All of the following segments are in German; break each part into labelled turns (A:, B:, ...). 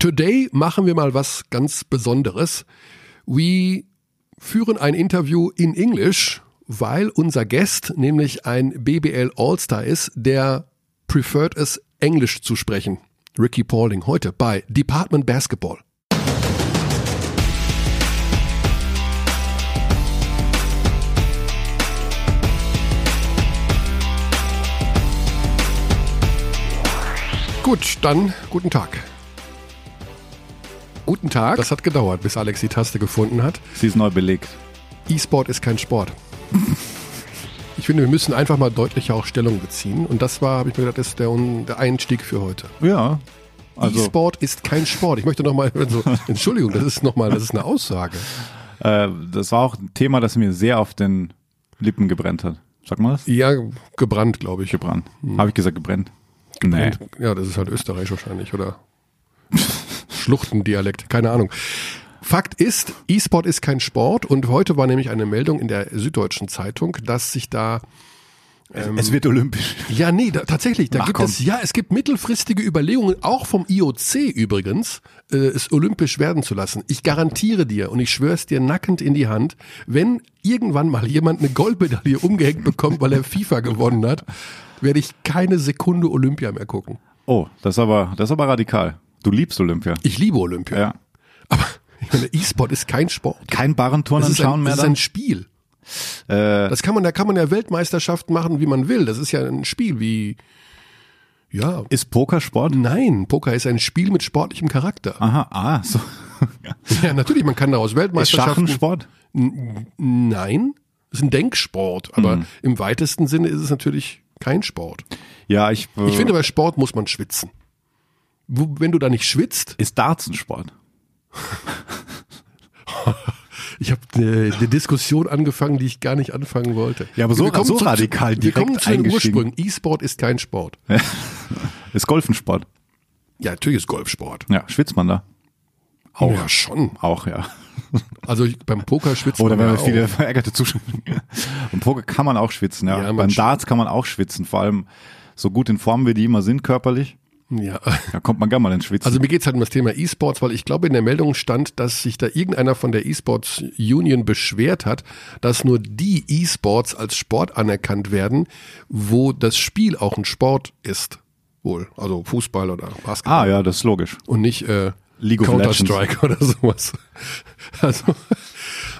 A: Today machen wir mal was ganz Besonderes. We führen ein Interview in Englisch, weil unser Guest nämlich ein BBL All-Star ist, der preferred es, Englisch zu sprechen. Ricky Pauling heute bei Department Basketball. Gut, dann guten Tag. Guten Tag. Das hat gedauert, bis Alex die Taste gefunden hat.
B: Sie ist neu belegt.
A: E-Sport ist kein Sport. Ich finde, wir müssen einfach mal deutlicher auch Stellung beziehen. Und das war, habe ich mir gedacht, ist der, der Einstieg für heute.
B: Ja. Also,
A: E-Sport ist kein Sport. Ich möchte nochmal, so, Entschuldigung, das ist nochmal, das ist eine Aussage.
B: äh, das war auch ein Thema, das mir sehr auf den Lippen gebrennt hat. Sag mal das?
A: Ja, gebrannt, glaube ich.
B: Gebrannt. Habe ich gesagt gebrennt?
A: Und, ja, das ist halt Österreich wahrscheinlich oder Schluchtendialekt, keine Ahnung. Fakt ist, E-Sport ist kein Sport und heute war nämlich eine Meldung in der Süddeutschen Zeitung, dass sich da
B: es wird olympisch.
A: Ja, nee, da, tatsächlich. Da
B: Ach,
A: gibt
B: komm.
A: es ja, es gibt mittelfristige Überlegungen, auch vom IOC übrigens, äh, es olympisch werden zu lassen. Ich garantiere dir und ich schwör's dir nackend in die Hand, wenn irgendwann mal jemand eine Goldmedaille umgehängt bekommt, weil er FIFA gewonnen hat, werde ich keine Sekunde Olympia mehr gucken.
B: Oh, das ist aber, das ist aber radikal. Du liebst Olympia.
A: Ich liebe Olympia,
B: Ja.
A: aber ich meine, E-Sport ist kein Sport.
B: Kein Barrenturnen
A: ist ein,
B: schauen mehr
A: das ist
B: dann?
A: ein Spiel.
B: Äh,
A: Das kann man, da kann man ja Weltmeisterschaften machen, wie man will. Das ist ja ein Spiel wie, ja,
B: ist Pokersport?
A: Nein, Poker ist ein Spiel mit sportlichem Charakter.
B: Aha, ah, so.
A: Ja, natürlich, man kann daraus
B: Ist Schach
A: Weltmeisterschaften.
B: ein Sport?
A: Nein, es ist ein Denksport, aber im weitesten Sinne ist es natürlich kein Sport.
B: Ja, ich, äh,
A: Ich finde, bei Sport muss man schwitzen. Wo- Wenn du da nicht schwitzt,
B: ist Darts ein Sport?
A: ich habe eine eine Diskussion angefangen, die ich gar nicht anfangen wollte.
B: Ja, aber so-
A: kommen
B: so radikal
A: Wir
B: direkt
A: kommen zu den
B: eingestiegen.
A: Ursprüngen. E-Sport ist kein Sport.
B: Ist Golf ein Sport?
A: Ja, natürlich ist Golf Sport.
B: Ja, schwitzt man da?
A: Auch. Ja, schon.
B: Auch, ja.
A: Also ich, beim Poker schwitzt
B: Oder wenn
A: man
B: man
A: ja auch.
B: viele verärgerte Zuschauer. Und Poker kann man auch schwitzen, ja.
A: Ja, man
B: Beim
A: sch-
B: Darts kann man auch schwitzen, vor allem so gut in Form wie die immer sind körperlich.
A: Ja.
B: Da kommt man gar mal ins Schwitzen.
A: Also mir geht's halt um das Thema E-Sports, weil ich glaube, in der Meldung stand, dass sich da irgendeiner von der E-Sports Union beschwert hat, dass nur die E-Sports als Sport anerkannt werden, wo das Spiel auch ein Sport ist. Wohl. Also Fußball oder Basketball.
B: ah ja, das ist logisch.
A: Und nicht äh,
B: League of
A: Counter-Strike oder sowas. Also,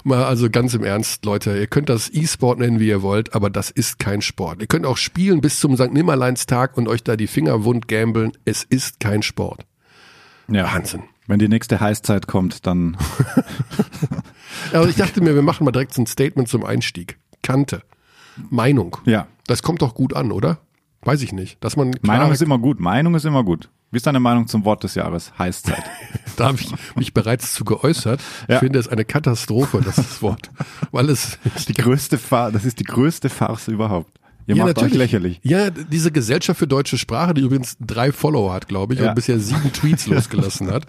A: mal also ganz im Ernst, Leute, ihr könnt das E-Sport nennen, wie ihr wollt, aber das ist kein Sport. Ihr könnt auch spielen bis zum St. Nimmerleins-Tag und euch da die Finger wund gambeln. Es ist kein Sport.
B: Ja.
A: Wahnsinn.
B: Wenn die nächste Heißzeit kommt, dann
A: Also ich dachte mir, wir machen mal direkt so ein Statement zum Einstieg. Kante. Meinung.
B: ja.
A: Das kommt doch gut an, oder? Weiß ich nicht. Dass man
B: Meinung
A: klare-
B: ist immer gut. Meinung ist immer gut. Wie ist deine Meinung zum Wort des Jahres? Heißzeit.
A: da habe ich mich bereits zu geäußert. Ich
B: Ja.
A: finde es eine Katastrophe, das Wort. Weil es
B: Die größte Far das ist die größte Farce überhaupt. Ihr macht euch lächerlich.
A: Ja, diese Gesellschaft für deutsche Sprache, die übrigens drei Follower hat, glaube ich,
B: Ja.
A: und bisher sieben Tweets losgelassen hat,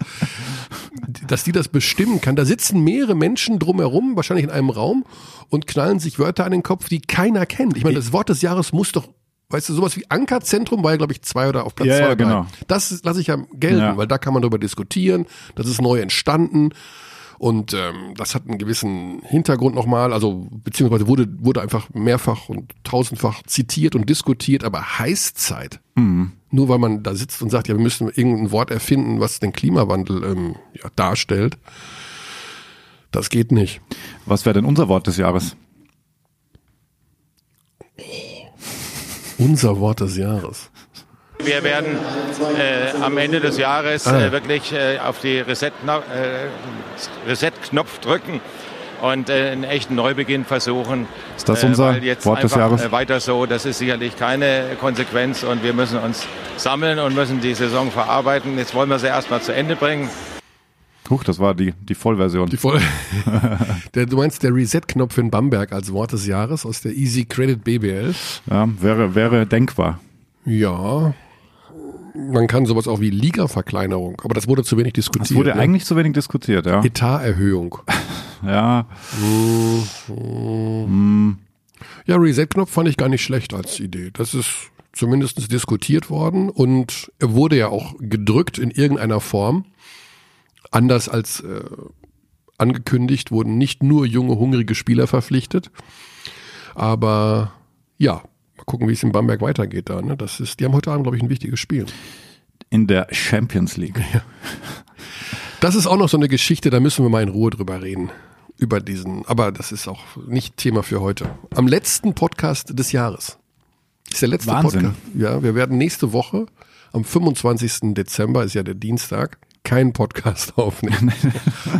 A: dass die das bestimmen kann. Da sitzen mehrere Menschen drumherum, wahrscheinlich in einem Raum, und knallen sich Wörter an den Kopf, die keiner kennt. Ich meine, das Wort des Jahres muss doch, weißt du, sowas wie Ankerzentrum war ja, glaube ich, zwei oder auf Platz
B: Ja,
A: zwei.
B: ja,
A: oder drei.
B: genau.
A: Das lasse ich ja gelten,
B: Ja.
A: weil da kann man darüber diskutieren. Das ist neu entstanden. Und ähm, das hat einen gewissen Hintergrund nochmal, also beziehungsweise wurde, wurde einfach mehrfach und tausendfach zitiert und diskutiert, aber Heißzeit. Nur weil man da sitzt und sagt, ja, wir müssen irgendein Wort erfinden, was den Klimawandel ähm, ja, darstellt. Das geht nicht.
B: Was wäre denn unser Wort des Jahres?
A: Unser Wort des Jahres.
C: Wir werden äh, am Ende des Jahres
B: Ah,
C: äh, wirklich äh, auf die Reset-Knopf äh, Reset drücken und äh, einen echten Neubeginn versuchen. Äh,
B: Ist das unser
C: weil jetzt
B: Wort des
C: einfach,
B: Jahres?
C: Äh, weiter so, das ist sicherlich keine Konsequenz und wir müssen uns sammeln und müssen die Saison verarbeiten. Jetzt wollen wir sie erstmal zu Ende bringen.
B: Huch, das war die, die Vollversion.
A: Die Voll der, du meinst der Reset-Knopf in Bamberg als Wort des Jahres aus der Easy Credit BBL?
B: ja, wäre, wäre denkbar.
A: Ja. Man kann sowas auch wie Liga-Verkleinerung, aber das wurde zu wenig diskutiert.
B: Es wurde
A: ne?
B: eigentlich zu wenig diskutiert, ja.
A: Etaterhöhung.
B: Ja,
A: Ja, Reset-Knopf fand ich gar nicht schlecht als Idee. Das ist zumindest diskutiert worden und er wurde ja auch gedrückt in irgendeiner Form. Anders als äh, angekündigt wurden nicht nur junge, hungrige Spieler verpflichtet. Aber ja, mal gucken, wie es in Bamberg weitergeht da. Ne? Das ist, die haben heute Abend, glaube ich, ein wichtiges Spiel.
B: In der Champions League.
A: Das ist auch noch so eine Geschichte, da müssen wir mal in Ruhe drüber reden. Über diesen, aber das ist auch nicht Thema für heute. Am letzten Podcast des Jahres. Ist der letzte
B: Wahnsinn.
A: Podcast. Ja, wir werden nächste Woche, am 25. Dezember, ist ja der Dienstag, keinen Podcast aufnehmen.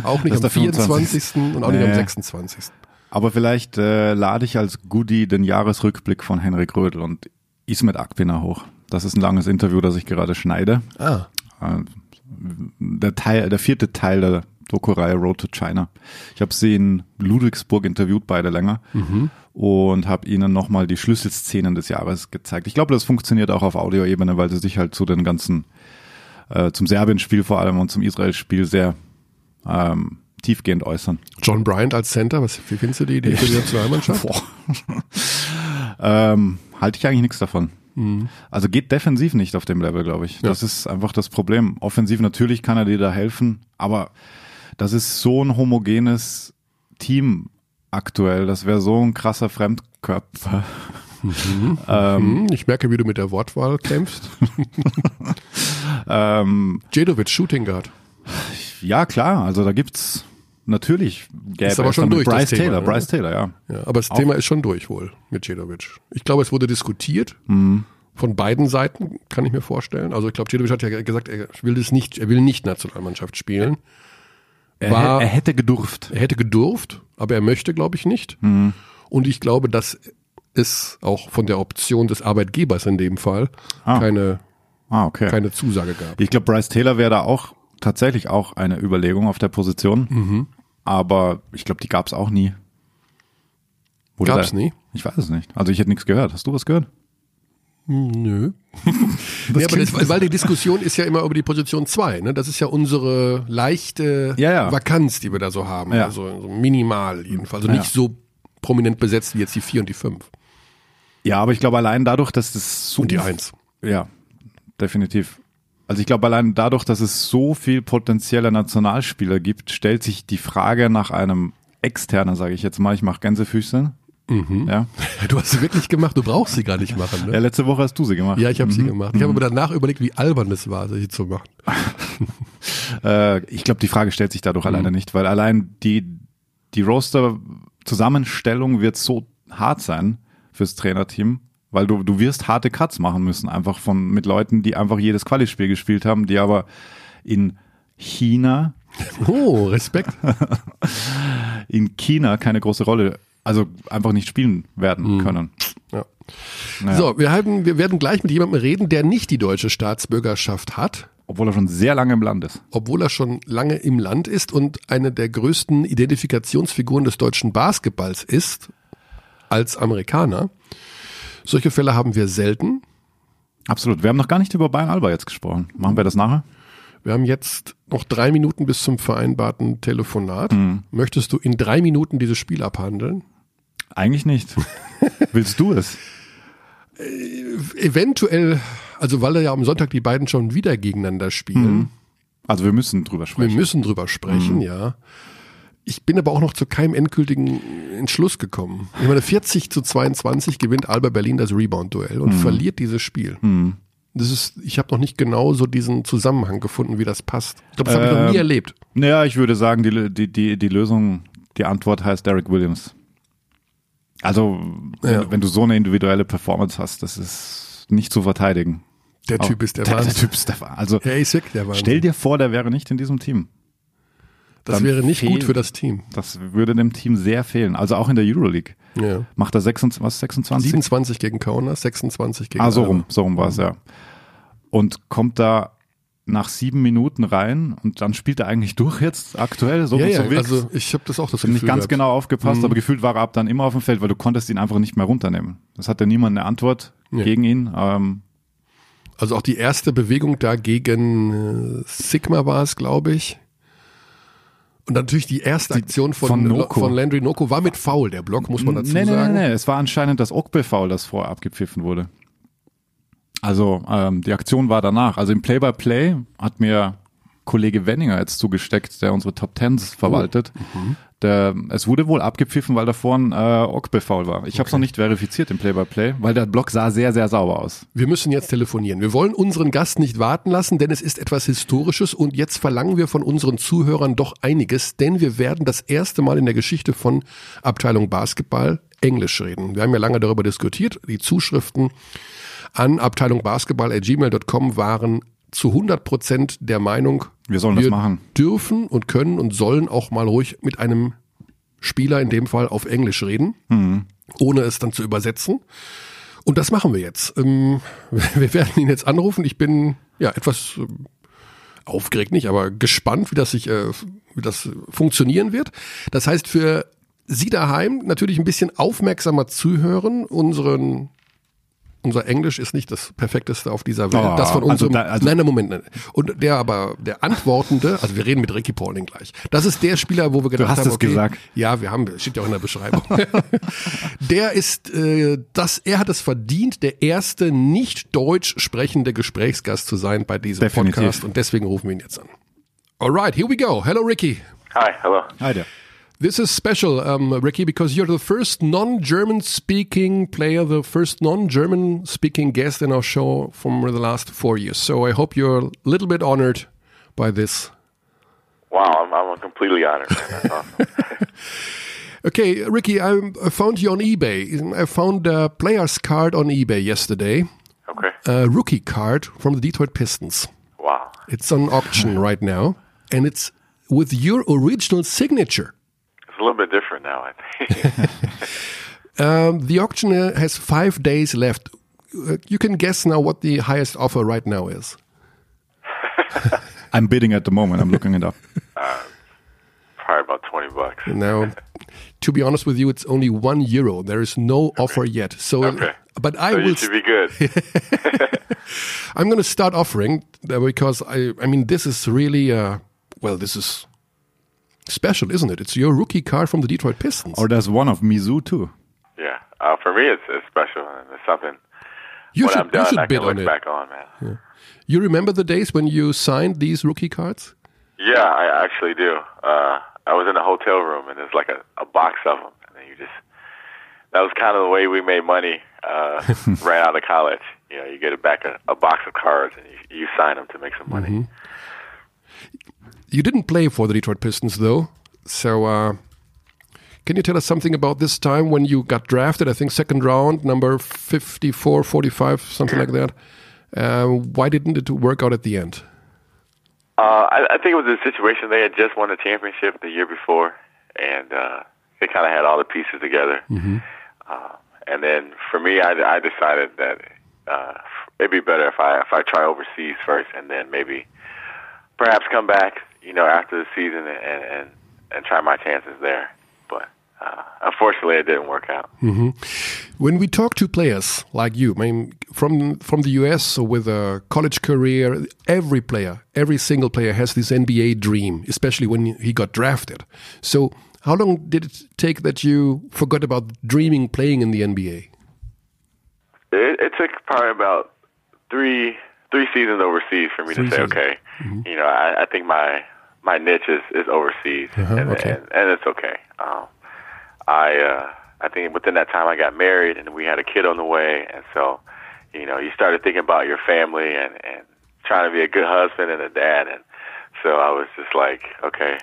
A: auch nicht
B: Das ist
A: am
B: der
A: 24.
B: 25.
A: und auch nicht am
B: Nee.
A: 26.
B: Aber vielleicht äh, lade ich als Goodie den Jahresrückblick von Henrik Rödel und Ismet Akpina hoch. Das ist ein langes Interview, das ich gerade schneide.
A: Ah,
B: Äh, Der, Teil, der vierte Teil der Doku-Reihe Road to China. Ich habe sie in Ludwigsburg interviewt, beide länger, und habe ihnen nochmal die Schlüsselszenen des Jahres gezeigt. Ich glaube, das funktioniert auch auf Audioebene, weil sie sich halt zu den ganzen, äh, zum Serbien-Spiel vor allem und zum Israel-Spiel sehr ähm, tiefgehend äußern.
A: John Bryant als Center, was wie findest du die Idee für die Nationalmannschaft?
B: Boah. ähm, halte ich eigentlich nichts davon.
A: Mhm.
B: Also geht defensiv nicht auf dem Level, glaube ich. Das ist einfach das Problem. Offensiv natürlich kann er dir da helfen, aber das ist so ein homogenes Team aktuell. Das wäre so ein krasser Fremdkörper.
A: Hm, ich merke, wie du mit der Wortwahl kämpfst.
B: Ähm,
A: Jedovic, Shooting Guard.
B: ja, klar, also da gibt's natürlich gäbe
A: Ist aber
B: es
A: schon durch,
B: damit
A: das
B: Bryce
A: Thema,
B: Taylor,
A: ne?
B: Bryce Taylor, ja.
A: Ja, aber das Thema ist schon durch wohl mit Jedovic. Ich glaube, es wurde diskutiert. Von beiden Seiten, kann ich mir vorstellen. Also ich glaube, Jedovic hat ja gesagt, er will das nicht, er will nicht Nationalmannschaft spielen.
B: Er,
A: War-
B: hä- er hätte gedurft.
A: Er hätte gedurft, aber er möchte, glaube ich, nicht. Und ich glaube, dass es auch von der Option des Arbeitgebers in dem Fall
B: Ah.
A: keine,
B: Ah, okay.
A: keine Zusage gab.
B: Ich glaube, Bryce Taylor wäre da auch tatsächlich auch eine Überlegung auf der Position.
A: Mhm.
B: Aber ich glaube, die gab es auch nie. Oder
A: Gab's
B: da-
A: nie?
B: Ich weiß es nicht. Also ich hätte nichts gehört. Hast du was gehört?
A: Nö. ja, aber das, weil die Diskussion ist ja immer über die Position 2. Ne? Das ist ja unsere leichte
B: Ja, ja.
A: Vakanz, die wir da so haben.
B: Ja.
A: Also so minimal jedenfalls. Also
B: Ja.
A: nicht so prominent besetzt wie jetzt die 4 und die 5.
B: Ja, aber ich glaube allein dadurch, dass das so
A: Und die 1.
B: Ja, definitiv. Also ich glaube, allein dadurch, dass es so viel potenzielle Nationalspieler gibt, stellt sich die Frage nach einem externen, sage ich jetzt mal, ich mache Gänsefüßchen.
A: Mhm.
B: Ja.
A: Du hast sie wirklich gemacht, du brauchst sie gar nicht machen. Ne?
B: ja, Mhm. letzte Woche hast du sie gemacht.
A: Ja, ich habe sie gemacht. Ich habe aber danach überlegt, wie albern es war, sie zu machen.
B: Äh, ich glaube, die Frage stellt sich dadurch alleine nicht, weil allein die, die Roster-Zusammenstellung wird so hart sein fürs Trainerteam, weil du, du wirst harte Cuts machen müssen, einfach von, mit Leuten, die einfach jedes Quali-Spiel gespielt haben, die aber in China,
A: Oh, Respekt.
B: in China keine große Rolle, also einfach nicht spielen werden können.
A: Ja.
B: Naja.
A: So, wir, haben, wir werden gleich mit jemandem reden, der nicht die deutsche Staatsbürgerschaft hat.
B: Obwohl er schon sehr lange im Land ist.
A: obwohl er schon lange im Land ist und eine der größten Identifikationsfiguren des deutschen Basketballs ist, als Amerikaner. Solche Fälle haben wir selten.
B: Absolut. Wir haben noch gar nicht über Bayern Alba jetzt gesprochen. Machen wir das nachher?
A: Wir haben jetzt noch drei Minuten bis zum vereinbarten Telefonat. Möchtest du in drei Minuten dieses Spiel abhandeln?
B: Eigentlich nicht. Willst du es?
A: Eventuell, also weil er ja am Sonntag die beiden schon wieder gegeneinander spielen,
B: Also wir müssen drüber
A: wir
B: sprechen. Mhm.
A: müssen drüber sprechen, ja. Ich bin aber auch noch zu keinem endgültigen Entschluss gekommen. Ich meine, 40 zu 22 gewinnt Alba Berlin das Rebound-Duell
B: Mhm.
A: und verliert dieses Spiel. Das ist, ich habe noch nicht genau so diesen Zusammenhang gefunden, wie das passt. Ich glaube, das habe ich noch nie
B: Ähm,
A: erlebt.
B: Naja, ich würde sagen, die, die, die, die Lösung, die Antwort heißt Derek Williams. Also,
A: Ja.
B: wenn du so eine individuelle Performance hast, das ist nicht zu verteidigen.
A: Der Typ
B: Auch-
A: ist der
B: oh, der, der
A: Wahnsinn.
B: Typ ist der Wahnsinn. Also,
A: Der ist wirklich der Wahnsinn.
B: stell dir vor, der wäre nicht in diesem Team.
A: das
B: dann
A: wäre nicht gut
B: fehlt-
A: für das Team.
B: Das würde dem Team sehr fehlen. Also auch in der Euroleague.
A: Ja.
B: Macht er 26, was, 26?
A: 27 gegen Kaunas, 26 gegen
B: Ah, so
A: Alba.
B: rum, so rum war es, ja. Und kommt da nach sieben Minuten rein und dann spielt er eigentlich durch jetzt aktuell, so,
A: Ja,
B: so
A: ja,
B: wirkt's.
A: also ich habe das auch das
B: Ich hab
A: Gefühl Mhm.
B: nicht ganz
A: gehabt.
B: genau aufgepasst, aber gefühlt war er ab dann immer auf dem Feld, weil du konntest ihn einfach nicht mehr runternehmen. Das hatte niemand eine Antwort
A: Nee.
B: gegen ihn. Ähm,
A: Also auch die erste Bewegung da gegen äh, Sigma war es, glaube ich. Und dann natürlich die erste Aktion von,
B: von Noko.
A: von Landry Noko war mit Foul, der Block, muss man dazu
B: nee, nee, nee,
A: sagen.
B: nee, es war anscheinend das Ogbe-Foul, das vorher abgepfiffen wurde. Also ähm, die Aktion war danach. Also im Play-by-Play hat mir Kollege Wenninger jetzt zugesteckt, der unsere Top Tens
A: Oh.
B: verwaltet.
A: Mhm.
B: Der, es wurde wohl abgepfiffen, weil da vorne äh, Ogbe faul war. Ich habe es noch nicht verifiziert im Play-by-Play, weil der Block sah sehr, sehr sauber aus.
A: Wir müssen jetzt telefonieren. Wir wollen unseren Gast nicht warten lassen, denn es ist etwas Historisches und jetzt verlangen wir von unseren Zuhörern doch einiges, denn wir werden das erste Mal in der Geschichte von Abteilung Basketball Englisch reden. Wir haben ja lange darüber diskutiert. Die Zuschriften an Abteilung Basketball at gmail.com waren zu 100 Prozent der Meinung,
B: Wir sollen das machen.
A: dürfen und können und sollen auch mal ruhig mit einem Spieler in dem Fall auf Englisch reden,
B: Mhm.
A: ohne es dann zu übersetzen. Und das machen wir jetzt. Ähm, wir werden ihn jetzt anrufen. Ich bin ja etwas ähm, aufgeregt nicht, aber gespannt, wie das sich, äh, wie das funktionieren wird. Das heißt für Sie daheim natürlich ein bisschen aufmerksamer zuhören. Unseren unser Englisch ist nicht das perfekteste auf dieser Welt.
B: Ah,
A: das von
B: also
A: unserem
B: da- also-
A: Nein, nein, Moment. Nein. Und der aber, der Antwortende, also wir reden mit Ricky Pauling gleich. Das ist der Spieler, wo wir gedacht
B: hast
A: haben,
B: es
A: okay,
B: gesagt.
A: ja, wir haben, steht ja auch in der Beschreibung. der ist, äh, das, er hat es verdient, der erste nicht deutsch sprechende Gesprächsgast zu sein bei diesem
B: Definitiv.
A: Podcast. Und deswegen rufen wir ihn jetzt an. Alright, here we go. Hello, Ricky.
D: Hi, hello.
B: Hi der.
A: This is special, um, Ricky, because you're the first non-German speaking player, the first non-German speaking guest in our show from the last four years. So I hope you're a little bit honored by this.
D: Wow, I'm, I'm completely honored. man. That's awesome.
A: Okay, Ricky, I, I found you on eBay. I found a player's card on eBay yesterday,
D: Okay.
A: a rookie card from the Detroit Pistons.
D: Wow.
A: It's on auction right now, and it's with your original signature.
D: It's a little bit different now, I think.
A: Um, the auction uh, has five days left. Uh, you can guess now what the highest offer right now is.
B: I'm bidding at the moment, I'm looking it up.
D: Probably about 20 bucks.
A: Now, to be honest with you, it's only one euro. There is no offer yet. So,
D: Okay.
A: but I
D: So
A: will.
D: you should be good.
A: I'm going to start offering uh, because I. I mean, this is really. Uh, well, this is special, isn't it? It's your rookie card from the Detroit Pistons.
B: Or there's one of Mizu too.
D: Yeah. Uh, for me, it's, it's special. And it's something
A: you
D: when
A: should.
D: I'm done,
A: you
D: I
A: should
D: can
A: bid
D: look
A: on it.
D: back on, man. Yeah,
A: You remember the days when you signed these rookie cards?
D: I actually do. Uh, I was in a hotel room, and there's like a, a box of them. And then you just, that was kind of the way we made money uh, right out of college. You know, you get it back a, a box of cards, and you, you sign them to make some money.
A: Mm-hmm. You didn't play for the Detroit Pistons, though. So, uh, can you tell us something about this time when you got drafted? I think second round, number 54, 45, something like that. Uh, why didn't it work out at the end?
D: Uh, I, I think it was a situation they had just won a championship the year before, and uh, they kind of had all the pieces together. Uh, and then for me, I, I decided that uh, it'd be better if I if I try overseas first, and then maybe perhaps come back, you know, after the season and and, and try my chances there. But uh, unfortunately, it didn't work out.
A: When we talk to players like you, I mean, from from the US so with a college career, every player, every single player has this NBA dream, especially when he got drafted. So, how long did it take that you forgot about dreaming playing in the NBA?
D: It, it took probably about three three seasons overseas for me
A: Three
D: to say,
A: seasons. Mm-hmm.
D: okay, you know, I, I think my my niche is, is overseas, and,
A: Uh-huh, okay.
D: and and it's okay. Um, I uh, I think within that time I got married and we had a kid on the way, and so you know you started thinking about your family and and trying to be a good husband and a dad, and so I was just like, okay,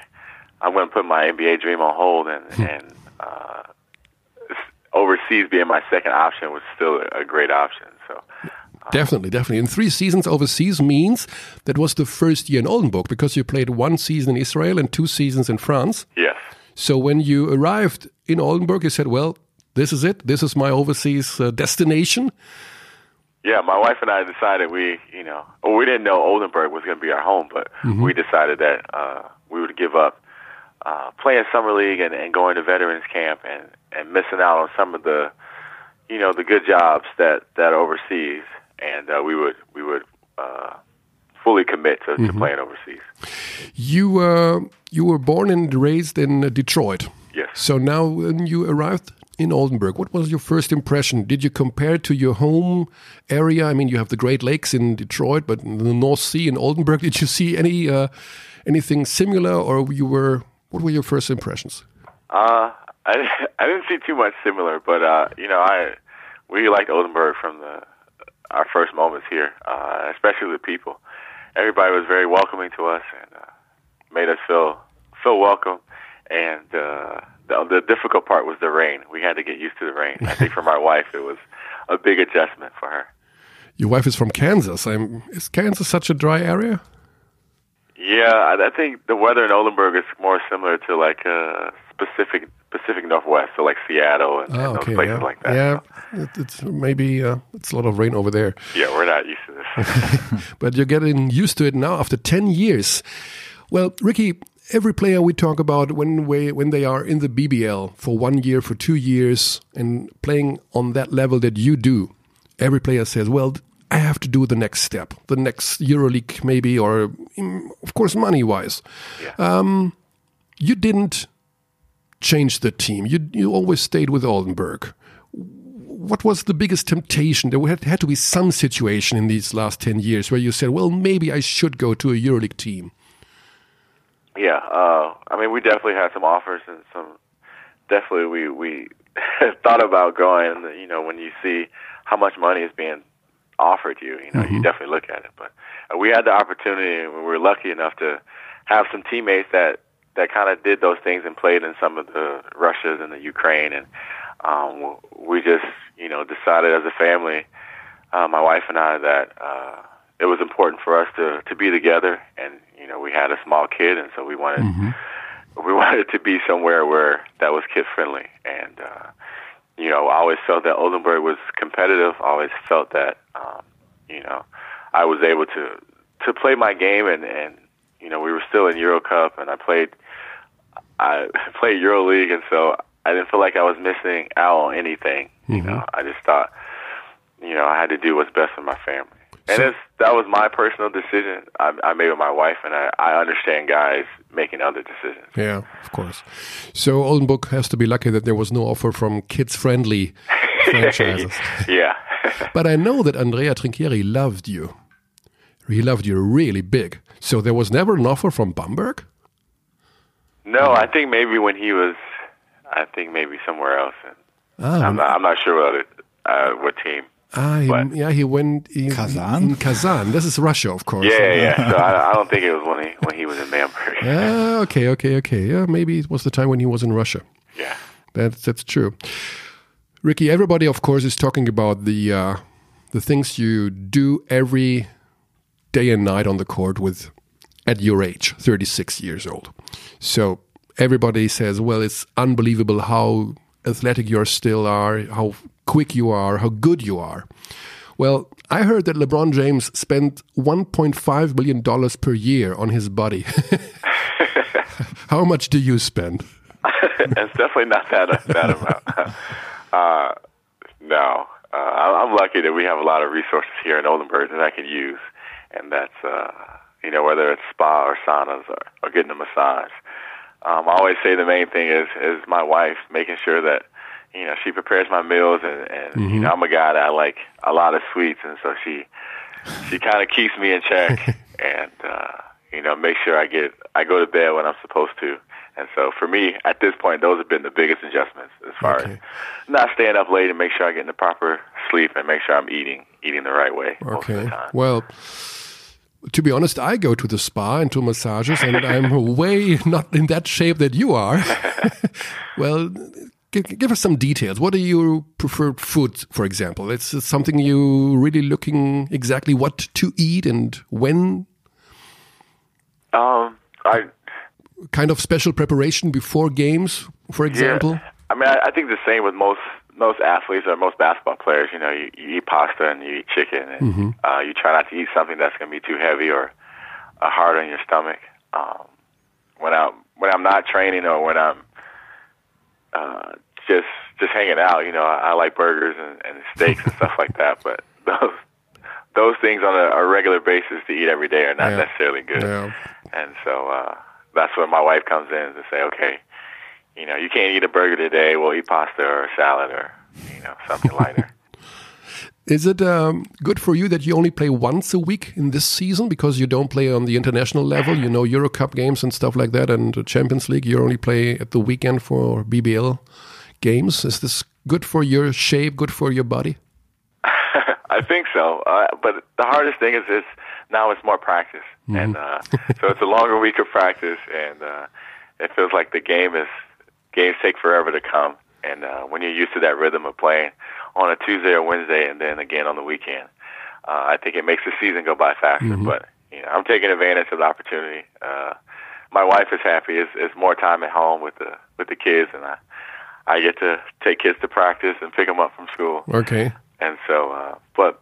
D: I'm going to put my NBA dream on hold and
A: Hmm.
D: and. Uh, overseas being my second option was still a great option. So
A: Definitely, definitely. And three seasons overseas means that was the first year in Oldenburg because you played one season in Israel and two seasons in France.
D: yes,
A: So when you arrived in Oldenburg, you said, "Well, this is it. This is my overseas uh, destination."
D: yeah, my wife and I decided we, you know, well, we didn't know Oldenburg was going to be our home, but we decided that uh, we would give up uh, playing summer league and, and going to veterans camp and and missing out on some of the, you know, the good jobs that that overseas, and uh, we would we would uh, fully commit to, to playing overseas.
A: You were you were born and raised in uh, Detroit.
D: Yes.
A: So now when you arrived in Oldenburg. What was your first impression? Did you compare to your home area? I mean, you have the Great Lakes in Detroit, but the North Sea in Oldenburg. Did you see any uh, anything similar, or you were? What were your first impressions?
D: Uh, I, I didn't see too much similar, but uh, you know, I we liked Oldenburg from the our first moments here, uh, especially the people. Everybody was very welcoming to us and uh, made us feel feel welcome. And uh, the, the difficult part was the rain. We had to get used to the rain. I think for my wife, it was a big adjustment for her.
A: Your wife is from Kansas. I'm, is Kansas such a dry area?
D: Yeah, I I think the weather in Oldenburg is more similar to like uh, Pacific Pacific Northwest, so like Seattle and, and those places
A: Oh, yeah.
D: like that.
A: Yeah,
D: So,
A: it, it's maybe uh, it's a lot of rain over there,
D: yeah, we're not used to this.
A: but you're getting used to it now after ten years. Well, Ricky, every player we talk about when we when they are in the BBL for one year, for two years, and playing on that level that you do, every player says, "Well." I have to do the next step, the next EuroLeague maybe, or mm, of course money-wise. Um, you didn't changed the team. You you always stayed with Oldenburg. What was the biggest temptation? There had, had to be some situation in these last ten years where you said, "Well, maybe I should go to a EuroLeague team."
D: Yeah, uh, I mean, we definitely had some offers and some. Definitely, we we thought about going. You know, when you see how much money is being offered you, you know, you definitely look at it. But uh, we had the opportunity, and we were lucky enough to have some teammates that that kind of did those things and played in some of the Russias and the Ukraine, and um, we just you know decided as a family uh, my wife and I that uh, it was important for us to to be together, and you know we had a small kid, and so we wanted we wanted to be somewhere where that was kid friendly, and uh, you know I always felt that Oldenburg was competitive. I always felt that um, you know I was able to to play my game, and and you know we were still in Euro Cup, and I played I played Euro League, and so I didn't feel like I was missing out on anything. You know, I just thought you know, I had to do what's best for my family. And it's, that was my personal decision I, I made with my wife, and I, I understand guys making other decisions.
A: Yeah, of course. So Oldenburg has to be lucky that there was no offer from kids-friendly franchises.
D: Yeah.
A: But I know that Andrea Trinchieri loved you. He loved you really big. So there was never an offer from Bamberg.
D: no, I think maybe when he was, I think maybe somewhere else. And I'm, not, I'm not sure what, it, uh, what team.
A: Ah, he,
D: What?
A: yeah, he went in
B: Kazan?
A: In Kazan, this is Russia, of course.
D: Yeah, yeah. so I, I don't think it was when he when he was in Bamberg.
A: Ah, okay, okay, okay. Yeah, maybe it was the time when he was in Russia.
D: yeah.
A: That's that's true. Ricky, everybody, of course, is talking about the uh, the things you do every day and night on the court with at your age, thirty six years old. So everybody says, "Well, it's unbelievable how athletic you are still are, how quick you are, how good you are." Well, I heard that LeBron James spent 1.5 million dollars per year on his body. how much do you spend?
D: it's definitely not that that amount. Uh, no, uh, I- I'm lucky that we have a lot of resources here in Oldenburg that I can use, and that's uh, you know whether it's spa or saunas or, or getting a massage. Um, I always say the main thing is is my wife making sure that you know she prepares my meals, and, and you know I'm a guy that I like a lot of sweets, and so she she kind of keeps me in check and uh you know make sure i get i go to bed when i'm supposed to and so for me at this point those have been the biggest adjustments as far as
A: Okay.
D: not staying up late and make sure i get in the proper sleep and make sure i'm eating eating the right way most of the
A: Okay.
D: time
A: Well, to be honest, I go to the spa and to massages, and I'm way not in that shape that you are. well, give, give us some details. What are your preferred food, for example? It's something you really looking exactly what to eat and when.
D: um i
A: Kind of special preparation before games, for example.
D: Yeah. I mean, I, I think the same with most most athletes or most basketball players. You know, you, you eat pasta and you eat chicken, and uh, you try not to eat something that's going to be too heavy or uh, hard on your stomach. Um, when I when I'm not training or when I'm uh, just just hanging out, you know, I, I like burgers and, and steaks and stuff like that. But those those things on a, a regular basis to eat every day are not
A: Yeah.
D: necessarily good.
A: Yeah.
D: And so uh, that's when my wife comes in to say, okay, You know, you can't eat a burger today. We'll eat pasta or salad or you know something lighter.
A: Is it um, good for you that you only play once a week in this season because you don't play on the international level? You know, Euro Cup games and stuff like that, and the Champions League. You only play at the weekend for BBL games. Is this good for your shape? Good for your body?
D: I think so. Uh, but the hardest thing is it's now it's more practice, and uh, so it's a longer week of practice, and uh, it feels like the game is games take forever to come. And uh, when you're used to that rhythm of playing on a Tuesday or Wednesday, and then again on the weekend, uh, I think it makes the season go by faster. But you know, I'm taking advantage of the opportunity. Uh, my wife is happy. It's, it's more time at home with the with the kids, and I I get to take kids to practice and pick them up from school.
A: Okay.
D: And so, uh, but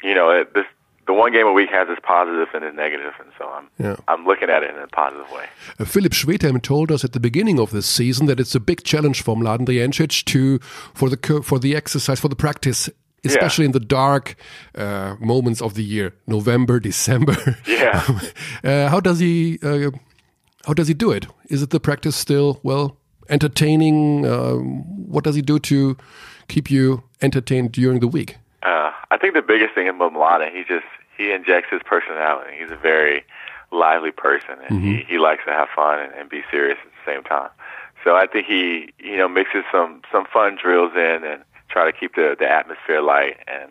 D: you know, it, this the one game a week has its positives and its negatives, and so I'm
A: Yeah.
D: I'm looking at it in a positive way.
A: Uh, Philip Schwedheim told us at the beginning of this season that it's a big challenge for Mladen Drijancic to for the cur- for the exercise for the practice. Especially in the dark uh, moments of the year, November, December.
D: Yeah.
A: uh, how does he? Uh, how does he do it? Is it the practice still well entertaining? Um, what does he do to keep you entertained during the week?
D: Uh, I think the biggest thing about Milana, he just he injects his personality. He's a very lively person, and he, he likes to have fun and, and be serious at the same time. So I think he you know mixes some some fun drills in and try to keep the the atmosphere light and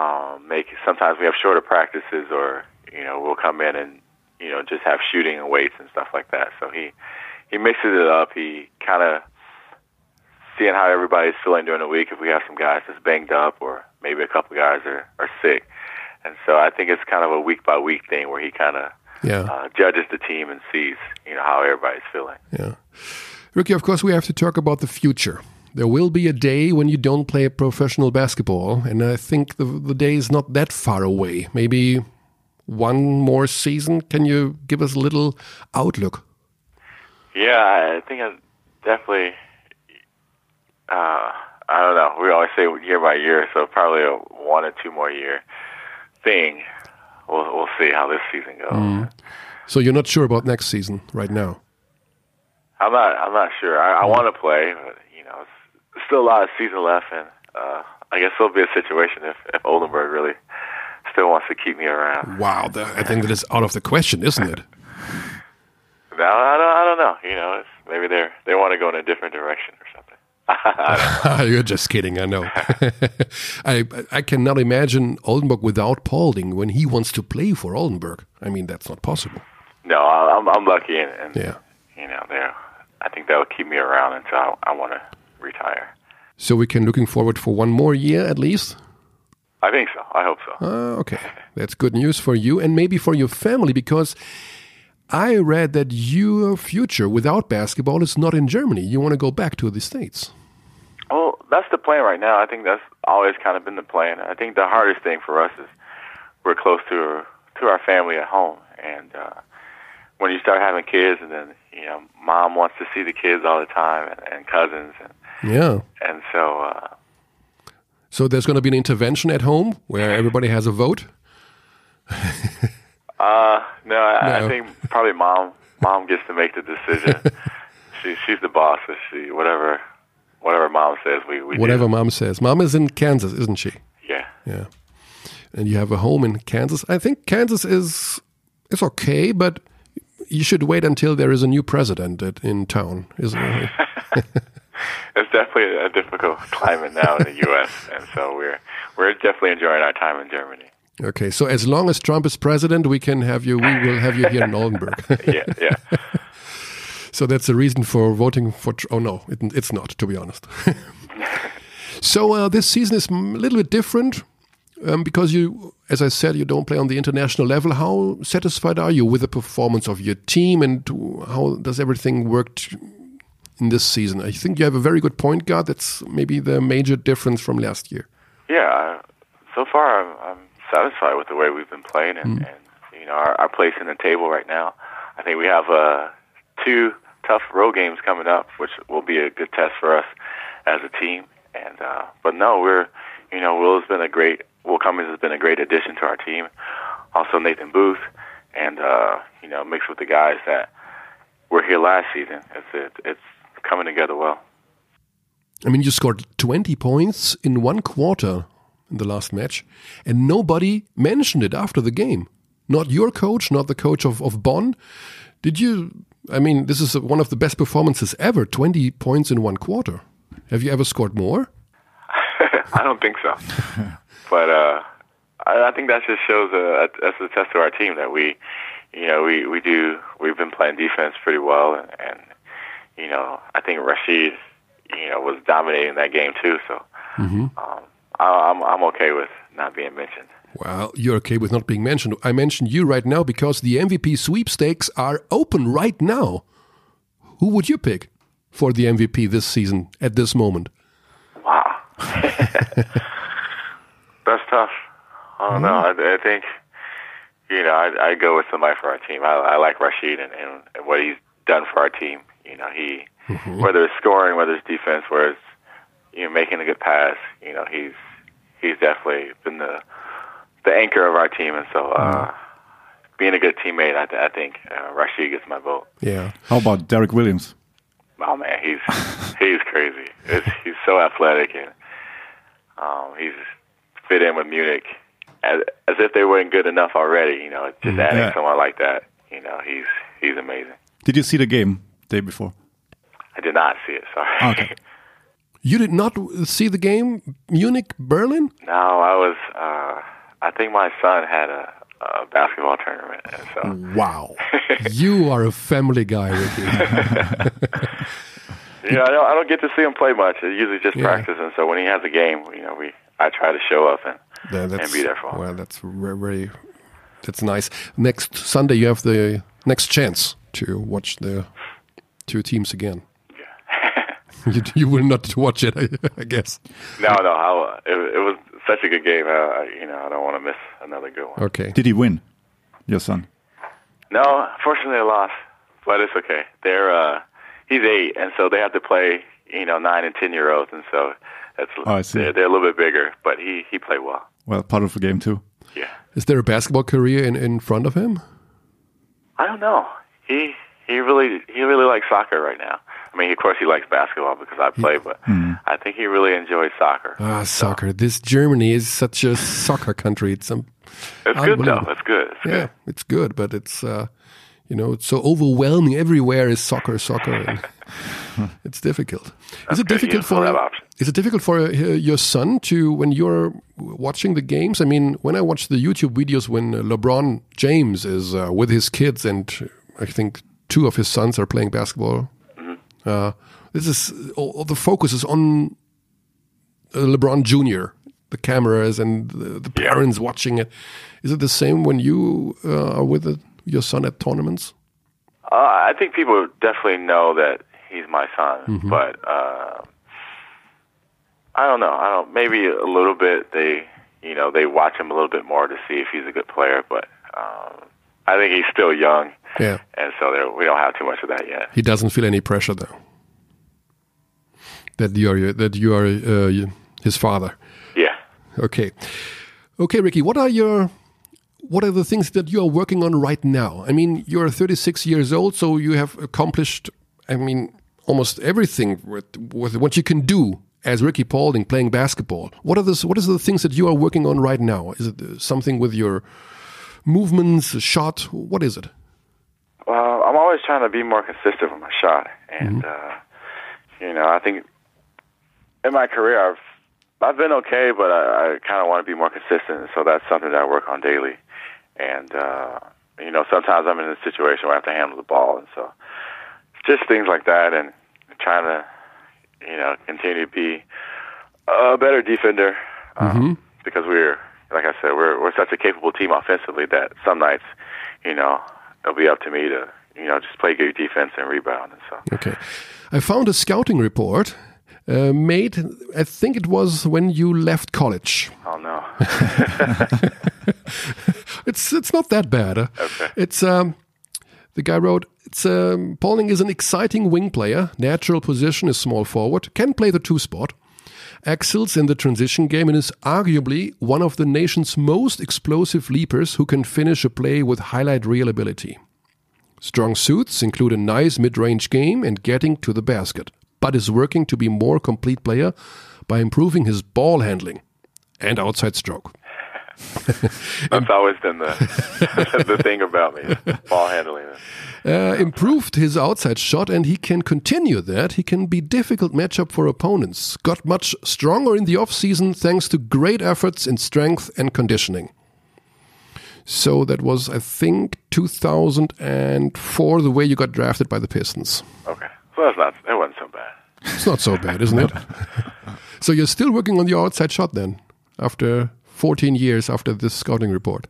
D: um, make. Sometimes we have shorter practices, or you know we'll come in and you know just have shooting and weights and stuff like that. So he he mixes it up. He kind of seeing how everybody's feeling during the week. If we have some guys that's banged up, or maybe a couple guys are are sick, and so I think it's kind of a week by week thing where he kind of
A: Yeah.
D: uh, judges the team and sees you know how everybody's feeling.
A: Yeah. Ricky, of course, we have to talk about the future. There will be a day when you don't play professional basketball, and I think the, the day is not that far away. Maybe one more season. Can you give us a little outlook?
D: Yeah, I- I think I definitely. Uh, I don't know. We always say year by year, so probably a one or two more year thing. We'll we'll see how this season goes.
A: So you're not sure about next season right now.
D: I'm not. I'm not sure. I, I want to play, but you know, it's still a lot of season left, and uh, I guess it'll be a situation if, if Oldenburg really still wants to keep me around.
A: Wow, that, I think that is out of the question, isn't it?
D: No, I don't. I don't know. You know, it's, maybe they are they want to go in a different direction or something.
A: You're just kidding. I know. I I cannot imagine Oldenburg without Paulding when he wants to play for Oldenburg. I mean, that's not possible.
D: No, I, I'm I'm lucky, and, and
A: Yeah.
D: you know, there. I think that will keep me around until I, I want to retire.
A: So we can looking forward for one more year at least.
D: I think so. I hope so.
A: Ah, okay. That's good news for you and maybe for your family because I read that your future without basketball is not in Germany. You want to go back to the States.
D: Well, that's the plan right now. I think that's always kind of been the plan. I think the hardest thing for us is we're close to to our family at home, and uh, when you start having kids, and then you know, mom wants to see the kids all the time, and, and cousins, and
A: Yeah.
D: and so uh,
A: So there's going to be an intervention at home where everybody has a vote.
D: no, I,
A: No.
D: I think probably mom mom gets to make the decision. she she's the boss, so she whatever whatever mom says, we we
A: Whatever mom says. Mom is in Kansas, isn't she?
D: do. yeah.
A: Yeah. And you have a home in Kansas. I think Kansas is is okay, but you should wait until there is a new president at, in town. Is
D: It's definitely a difficult climate now in the U.S., and so we're we're definitely enjoying our time in Germany.
A: Okay, so as long as Trump is president, we can have you. We will have you here in Oldenburg.
D: Yeah, yeah.
A: so that's the reason for voting for. Tr- oh no, it, it's not. To be honest. so uh, this season is m- a little bit different um, because you, as I said, you don't play on the international level. How satisfied are you with the performance of your team, and how does everything work? t- in this season, I think you have a very good point guard. That's maybe the major difference from last year.
D: Yeah, I- so far I'm, I'm satisfied with the way we've been playing, and, and you know our, our place in the table right now. I think we have uh, two tough road games coming up, which will be a good test for us as a team. And uh, but no, we're you know Will has been a great Will Cummings has been a great addition to our team. Also Nathan Booth, and uh, you know mixed with the guys that were here last season. It's it, it's coming together well.
A: I mean, you scored 20 points in one quarter in the last match, and nobody mentioned it after the game. Not your coach, not the coach of, of Bonn. Did you? I mean, this is one of the best performances ever 20 points in one quarter. Have you ever scored more?
D: I don't think so. but uh, I, I think that just shows a, a, that's a test of our team that we, you know, we, we do, we've been playing defense pretty well. And, and, you know, I think Rashid, you know, was dominating that game too. So um, I, I'm, I'm okay with not being mentioned.
A: Well, you're okay with not being mentioned. I mentioned you right now because the MVP sweepstakes are open right now. Who would you pick for the MVP this season at this moment?
D: Wow. That's tough. I don't know. I, I think, you know, I, I go with somebody for our team. I, I like Rashid and, and, and what he's done for our team. You know, he, whether it's scoring, whether it's defense, whether it's, you know, making a good pass, you know, he's, he's definitely been the, the anchor of our team. And so, uh, being a good teammate, I, th- I think uh, Rashid gets my vote.
A: Yeah.
B: How about Derek Williams?
D: Oh man, he's he's crazy. It's, he's so athletic and um, he's fit in with Munich as as if they weren't good enough already. You know, just adding
B: Mm-hmm. Yeah.
D: someone like that. You know, he's he's amazing.
B: Did you see the game day before? Ah,
D: I did not see it. Sorry.
B: Okay.
A: You did not see the game Munich Berlin?
D: no, I was. Uh, I think my son had a, a basketball tournament, and so
A: Wow. you are a family guy, Ricky.
B: Mm.
D: you know, I don't, I don't get to see him play much. It's usually just practice, and so when he has a game, you know, we I try to show up and
A: Yeah, that's,
D: and be there for him.
A: Well, that's very, very that's nice. Next Sunday you have the next chance to watch the two teams again. you, you will not watch it, I, I guess.
D: No, no, I, it, it was such a good game. I, I- you know, I don't want to miss another good one.
A: Okay.
B: Did he win? Your son.
D: No, fortunately, I lost, but it's okay. They're uh, he's eight, and so they have to play, you know, nine and ten year olds, and so that's
B: Oh, I see.
D: They're, they're a little bit bigger, but he he played well.
B: Well, part of the game too.
D: Yeah,
A: Is there a basketball career in, in front of him?
D: I don't know. He he really he really likes soccer right now. I mean, of course, he likes basketball because I play, but I think he really enjoys soccer.
A: Ah, soccer. This Germany is such a soccer country. It's um,
D: It's good though.
A: unbelievable.
D: It's good. It's
A: yeah, it's good, but it's uh, you know it's so overwhelming. Everywhere is soccer, soccer. And it's difficult. Is it
D: good. You
A: difficult
D: just don't
A: for
D: have options.
A: is it difficult for uh, your son to when you're watching the games? I mean, when I watch the YouTube videos when uh, LeBron James is uh, with his kids, and I think two of his sons are playing basketball. Uh, this is all, all the focus is on uh, LeBron Jr. The cameras and the, the parents watching it. Is it the same when you uh, are with uh your son at tournaments?
D: Uh, I think people definitely know that he's my son, but uh, I don't know. I don't. Maybe a little bit. They, you know, they watch him a little bit more to see if he's a good player. But um, I think he's still young,
A: Yeah,
D: and so there, we don't have too much of that yet.
A: he doesn't feel any pressure though. That you are that you are uh, his father.
D: Yeah.
A: Okay, okay, Ricky. What are your what are the things that you are working on right now? I mean, you're 36 years old, so you have accomplished. I mean, almost everything with, with what you can do as Ricky Paulding playing basketball. What are the what is the things that you are working on right now? Is it uh, something with your movements, a shot? What is it?
D: Well, I'm always trying to be more consistent with my shot, and uh, you know, I think in my career I've I've been okay, but I, I kind of want to be more consistent. So that's something that I work on daily, and uh, you know, sometimes I'm in a situation where I have to handle the ball, and so just things like that, and trying to you know continue to be a better defender um, because we're like I said we're we're such a capable team offensively that some nights you know it'll be up to me to you know just play good defense and rebound and so
A: Okay. I found a scouting report uh, made, I think it was when you left college.
D: I don't know
A: It's it's not that bad. Uh, It's um, the guy wrote. It's um, Pauling is an exciting wing player. Natural position is small forward. Can play the two spot. Excels in the transition game and is arguably one of the nation's most explosive leapers who can finish a play with highlight real ability. Strong suits include a nice mid range game and getting to the basket, but is working to be more complete player by improving his ball handling and outside stroke.
D: That's always been the the thing about me, ball handling.
A: Uh, improved his outside shot and he can continue that. He can be difficult matchup for opponents. Got much stronger in the offseason thanks to great efforts in strength and conditioning. So that was, I think, 2004, the way you got drafted by the Pistons.
D: Okay, so that's not that wasn't so bad.
A: It's not so bad, isn't it? so you're still working on your outside shot then, after 14 years after this scouting report.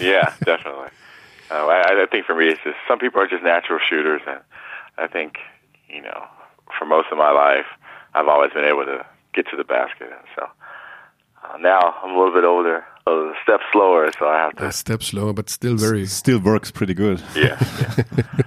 D: yeah, definitely. Uh, I, I think for me, it's just some people are just natural shooters, and I think you know, for most of my life, I've always been able to get to the basket, and so uh, now I'm a little bit older, a step slower, so I have to.
A: A step slower, but still very.
B: Still works pretty good.
D: Yeah, yeah.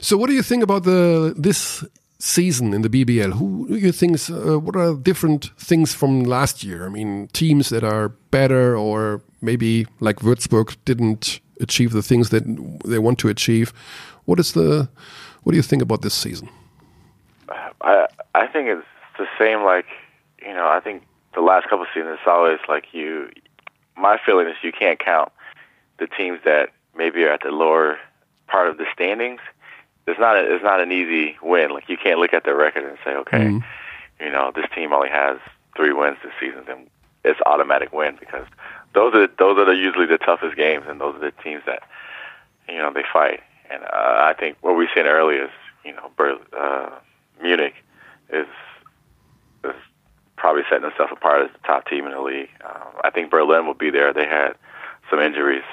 A: So what do you think about the this season in the BBL? Who do you think? Is, uh, what are different things from last year? I mean, teams that are better, or maybe like Würzburg didn't achieve the things that they want to achieve. What is the? What do you think about this season?
D: I I think it's the same. Like you know, I think the last couple of seasons, it's always like you. My feeling is you can't count the teams that maybe are at the lower part of the standings it's not a, it's not an easy win. Like you can't look at their record and say, okay,
A: Mhm.
D: you know, this team only has three wins this season, then it's automatic win because those are those are the, usually the toughest games, and those are the teams that you know they fight. And uh, I think what we've seen early is you know Ber- uh, Munich is is probably setting themselves apart as the top team in the league. Um, I think Berlin will be there. They had some injuries,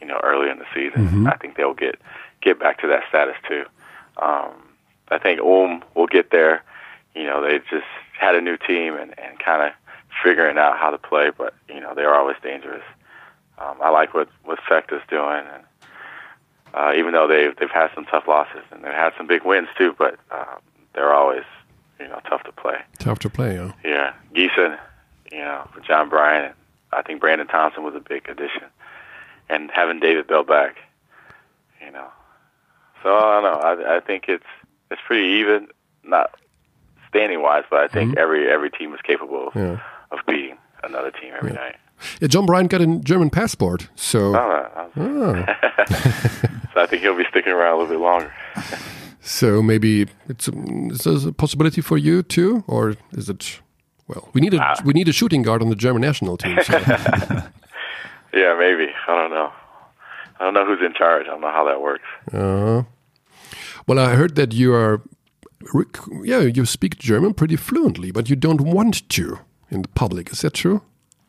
D: you know, early in the season. I think they'll get get back to that status too. Um, I think Ulm will get there. You know, they just had a new team and, and kind of figuring out how to play, but you know they're always dangerous. Um, I like what what Fekta's doing, and uh, even though they've they've had some tough losses and they've had some big wins too, but um, they're always you know tough to play.
A: Tough to play. Yeah.
D: Yeah, Geeson, you know, with John Bryan. I think Brandon Thompson was a big addition, and having David Bell back, you know. So I don't know. I, I think it's it's pretty even, not standing wise, but I think every every team is capable of,
A: Mm-hmm. Yeah.
D: of beating another team every night.
A: yeah. John Bryant got a German passport, so.
D: I don't know. so I think he'll be sticking around a little bit longer.
A: So maybe it's um, is there a possibility for you too, or is it? Well, we need a we need a shooting guard on the German national team. So.
D: Yeah, maybe. I don't know. I don't know who's in charge. I don't know how that works.
A: well, I heard that you are, rec- yeah, you speak German pretty fluently, but you don't want to in the public. Is that true?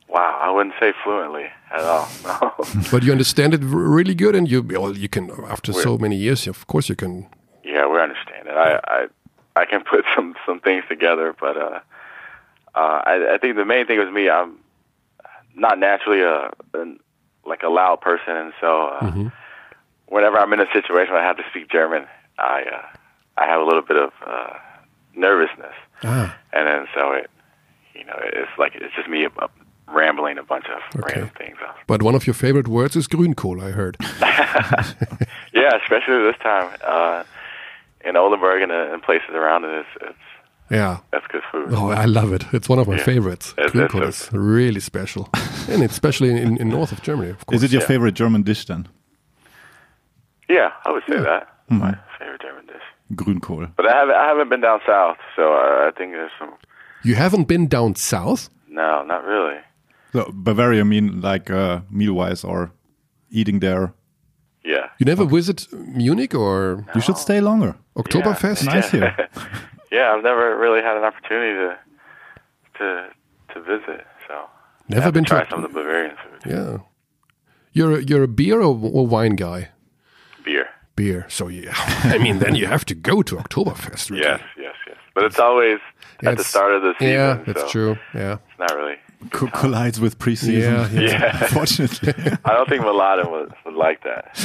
D: Wow, I wouldn't say fluently at all. No.
A: But you understand it r- really good, and you well, you can after so many years, of course, you can.
D: Yeah, we understand it. I, I I can put some some things together, but uh, uh, I, I think the main thing was me. I'm not naturally a an, like a loud person, and so uh, whenever I'm in a situation where I have to speak German, I uh, I have a little bit of uh, nervousness,
A: Ah,
D: and then so it you know it's like it's just me uh, rambling a bunch of random things. off.
A: but one of your favorite words is Grünkohl. I heard.
D: Yeah, especially this time uh, in Oldenburg and, uh, and places around it. It's, it's
A: Yeah.
D: that's good food.
A: Oh, I love it. It's one of my favorites.
D: That's- that's
A: Grünkohl is really special, and especially in, in north of Germany, of course.
B: Is it your favorite German dish then?
D: Yeah, I would say that.
A: Mm-hmm.
B: Mhm.
D: Favorite German dish.
B: Grünkohl.
D: But I haven't, I haven't been down south, so I, I think there's some.
A: You haven't been down south?
D: No, not really.
B: So Bavaria, I mean, like uh, meal-wise or eating there.
D: Yeah.
A: You never visit Munich or
B: You should stay longer.
A: Oktoberfest?
B: Nice here.
D: Yeah, I've never really had an opportunity to to to visit, so. I
A: Never
D: have
A: been
D: to try
A: to
D: some of the Bavarian food.
A: Yeah. You're a, you're a beer or, or wine guy?
D: Beer.
A: Beer. So yeah. I mean, then you have to go to Oktoberfest. Really.
D: Yes, yes, yes. But it's always
A: Yeah,
D: at the
A: it's-
D: start of the season.
A: Yeah, that's
D: so
A: true. Yeah.
D: It's not really.
B: Co- collides with preseason.
A: Yeah, yeah.
B: Unfortunately.
D: I don't think Maladen would, would like that.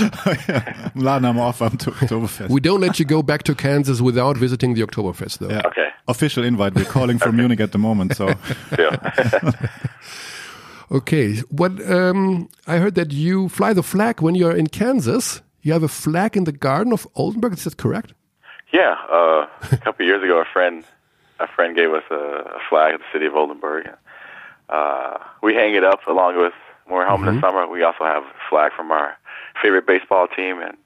B: Laden, I'm off. I'm to Oktoberfest.
A: We don't let you go back to Kansas without visiting the Oktoberfest, though.
B: Yeah.
D: Okay.
B: Official invite. We're calling from Munich at the moment, so
D: Still.
A: Okay. What um, I heard that you fly the flag when you're in Kansas. you have a flag in the garden of Oldenburg. Is that correct?
D: Yeah, uh, a couple of years ago, a friend a friend gave us a, a flag of the city of Oldenburg. And, uh, we hang it up along with when we're home
A: Mm-hmm.
D: in the summer. We also have a flag from our favorite baseball team, and,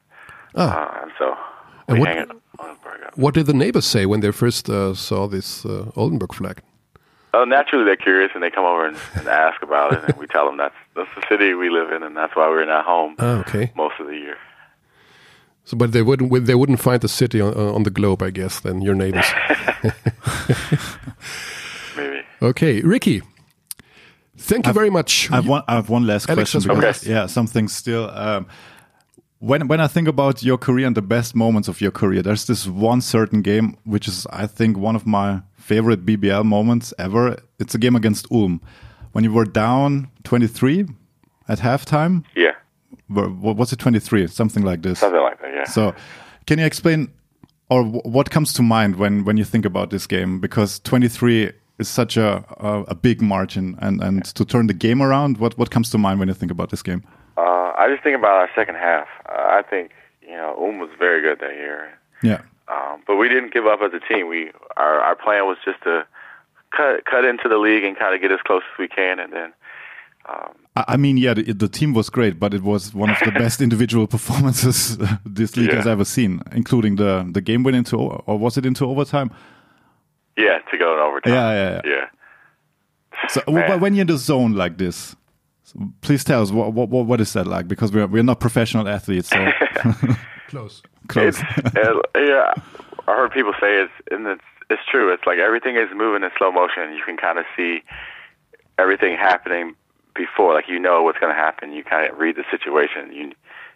D: uh, and so we
A: Oh. And what-
D: hang it Oldenburg up.
A: What did the neighbors say when they first uh, saw this uh, Oldenburg flag?
D: Oh, naturally they're curious and they come over and, and ask about it, and we tell them that's that's the city we live in, and that's why we're not home
A: Ah, okay.
D: most of the year.
A: So, but they wouldn't they wouldn't find the city on, on the globe, I guess. Then your neighbors.
D: Maybe
A: Okay, Ricky. Thank you very much.
B: I have one. I have one last
A: Alex
B: question.
A: has
B: Because,
A: one.
B: Yeah, something still. Um, when when I think about your career and the best moments of your career, there's this one certain game which is, I think, one of my favorite BBL moments ever. It's a game against Ulm, when you were down 23 at halftime.
D: yeah,
B: Wha- wha- Was it 23? Something like this.
D: something like that. Yeah.
B: So, can you explain, or w- what comes to mind when when you think about this game? Because twenty three is such a, a a big margin, and and to turn the game around, what what comes to mind when you think about this game?
D: uh, I just think about our second half. Uh, I think you know Um was very good that year.
B: Yeah,
D: Um, but we didn't give up as a team. We our our plan was just to cut cut into the league and kind of get as close as we can, and then
B: I, I mean, yeah, the, the team was great, but it was one of the best individual performances uh, this league
D: Yeah.
B: has ever seen, including the the game win into o- or was it into overtime?
D: yeah, to go in overtime.
B: Yeah, yeah,
D: yeah.
B: So, w- but
D: Man.
B: when you're in the zone like this. so Please tell us what, what what is that like? Because we're we're not professional athletes, so
A: Close.
B: close.
D: And, yeah, I heard people say it's and it's it's true. It's like everything is moving in slow motion. You can kind of see everything happening before, like you know what's going to happen. You kind of read the situation. You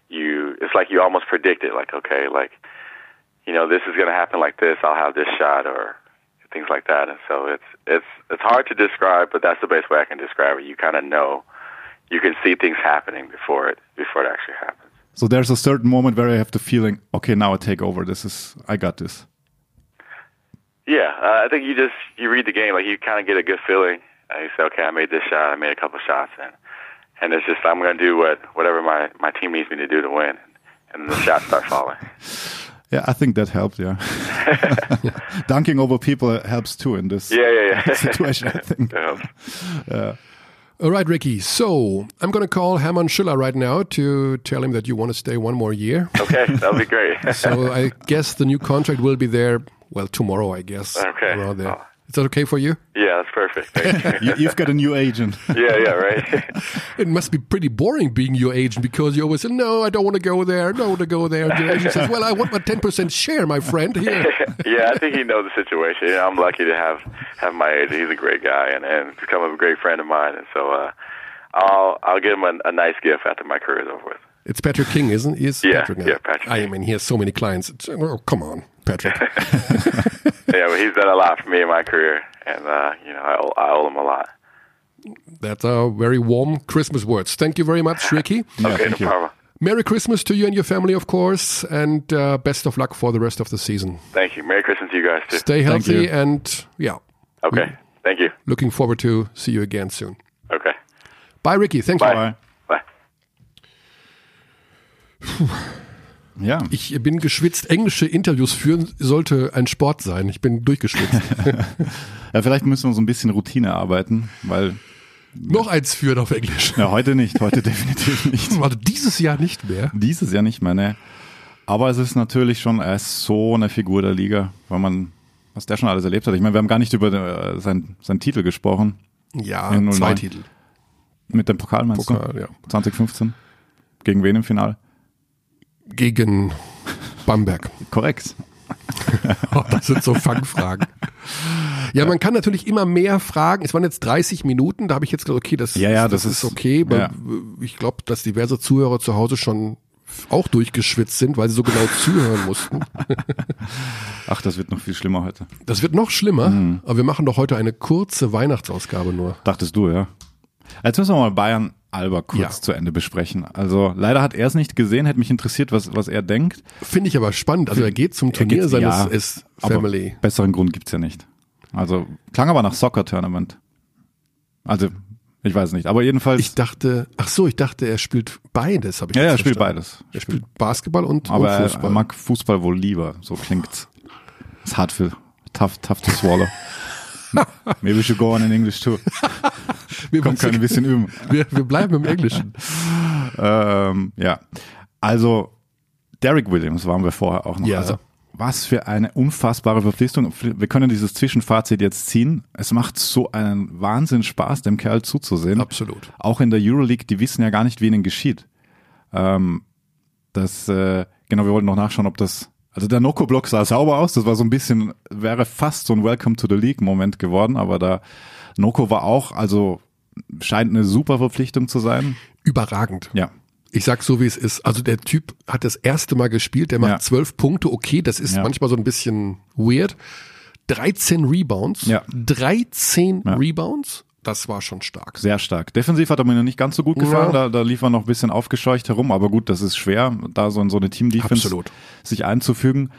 D: you it's like you almost predict it. Like okay, like you know this is going to happen like this. I'll have this shot or things like that. And so it's it's it's hard to describe, but that's the best way I can describe it. You kind of know. You can see things happening before it before it actually happens.
B: So there's a certain moment where I have the feeling, okay, now I take over. This is, I got this.
D: Yeah, uh, I think you just you read the game like you kind of get a good feeling. Uh, you say, okay, I made this shot, I made a couple shots, and and it's just I'm going to do what whatever my my team needs me to do to win, and then the shots start falling.
B: Yeah, I think that helped. Yeah, dunking over people helps too in this
D: Yeah, yeah, yeah.
B: situation. I think.
D: Yeah.
A: All right, Ricky. So I'm going to call Hermann Schiller right now to tell him that you want to stay one more year.
D: Okay, that'll be great.
A: So I guess the new contract will be there. Well, tomorrow, I guess.
D: Okay.
A: Around there.
D: Oh.
A: Is that okay for you?
D: yeah, that's perfect. Thank you.
B: You, you've got a new agent.
D: Yeah, yeah, right.
A: It must be pretty boring being your agent because you always say, "No, I don't want to go there. I don't want to go there." And your agent says, "Well, I want my ten percent share, my friend." Here.
D: yeah, I think he knows the situation. You know, I'm lucky to have have my agent. He's a great guy and and become a great friend of mine. And so uh, I'll I'll give him a, a nice gift after my career's over with.
A: It's Patrick King, isn't he? Is
D: Yeah,
A: Patrick now?
D: yeah, Patrick
A: I mean, he has so many clients. It's- oh, come on, Patrick.
D: Yeah, but he's done a lot for me in my career, and uh, you know I owe, I owe him a lot.
A: That's our very warm Christmas words. Thank you very much, Ricky.
B: Yeah,
D: Okay, no
B: thank you.
D: problem.
A: Merry Christmas to you and your family, of course, and uh, best of luck for the rest of the season.
D: Thank you. Merry Christmas to you guys too.
A: Stay healthy,
B: you.
A: and yeah,
D: okay. Thank you.
A: looking forward to see you again soon.
D: Okay.
A: Bye, Ricky. Thank you.
B: Bye.
D: Bye.
B: Yeah,
A: Ich bin geschwitzt. Englische Interviews führen sollte ein Sport sein. Ich bin durchgeschwitzt.
B: ja, vielleicht müssen wir so ein bisschen Routine arbeiten, weil
A: Noch eins führen auf Englisch.
B: ja, heute nicht, heute definitiv nicht.
A: Also dieses Jahr nicht mehr.
B: Dieses Jahr nicht mehr, ne? Aber es ist natürlich schon erst so eine Figur der Liga, weil man, was der schon alles erlebt hat. Ich meine, wir haben gar nicht über äh, sein, seinen Titel gesprochen.
A: Ja,
B: Ja, 09.
A: zwei Titel.
B: Mit dem Pokal meinst
A: Pokal,
B: du?
A: ja.
B: 2015. Gegen wen im Finale?
A: Gegen Bamberg.
B: Korrekt.
A: Oh, das sind so Fangfragen. Ja, man kann natürlich immer mehr fragen. Es waren jetzt 30 Minuten, da habe ich jetzt gesagt, okay, das,
B: Ja, ja, das
A: ist
B: ist-
A: okay. Aber
B: ja.
A: Ich glaube, dass diverse Zuhörer zu Hause schon auch durchgeschwitzt sind, weil sie so genau zuhören mussten.
B: Ach, das wird noch viel schlimmer heute.
A: Das wird noch schlimmer,
B: Mhm.
A: aber wir machen doch heute eine kurze Weihnachtsausgabe nur.
B: Dachtest du, ja. Jetzt müssen wir mal Bayern Alba kurz
A: Ja.
B: zu Ende besprechen. Also leider hat er es nicht gesehen, hätte mich interessiert, was, was er denkt.
A: Finde ich aber spannend. Also er geht zum
B: Er
A: Turnier
B: geht's-
A: seines
B: ja,
A: ist
B: aber
A: Family.
B: Besseren Grund gibt's ja nicht. Also klang aber nach Soccer-Tournament. Also Ich weiß nicht, aber jedenfalls.
A: Ich dachte, ach so, ich dachte, er spielt beides, habe ich
B: ja, ja,
A: jetzt
B: spielt
A: verstanden.
B: beides.
A: Er spielt Basketball und,
B: Aber ähm,
A: und
B: er, er
A: Fußball.
B: mag Fußball wohl lieber, so klingt's. It's hard for, tough, tough to swallow. Maybe we should go on in English too.
A: wir,
B: Komm, können ein bisschen üben.
A: wir, wir bleiben im Englischen.
B: Ähm, ja, also Derek Williams waren wir vorher auch noch.
A: Ja.
B: Also, was für eine unfassbare Verpflichtung. Wir können dieses Zwischenfazit jetzt ziehen. Es macht so einen Wahnsinn Spaß, dem Kerl zuzusehen.
A: Absolut.
B: Auch in der Euroleague, die wissen ja gar nicht, wie ihnen geschieht. Ähm, das, äh, genau, wir wollten noch nachschauen, ob das, also der Noko-Block sah sauber aus. Das war so ein bisschen, wäre fast so ein Welcome to the League-Moment geworden, aber da Noko war auch, also scheint eine super Verpflichtung zu sein.
A: Überragend.
B: Ja.
A: Ich sag so, wie es ist. Also der Typ hat das erste Mal gespielt, der macht
B: Ja.
A: zwölf Punkte, okay, das ist
B: Ja.
A: manchmal so ein bisschen weird. 13 Rebounds.
B: Ja.
A: 13 Rebounds, das war schon stark.
B: Sehr stark. Defensiv hat er mir noch nicht ganz so gut gefallen.
A: Ja.
B: Da, da lief er noch ein bisschen aufgescheucht herum. Aber gut, das ist schwer, da so in so eine Team-Defense
A: Absolut.
B: sich einzufügen.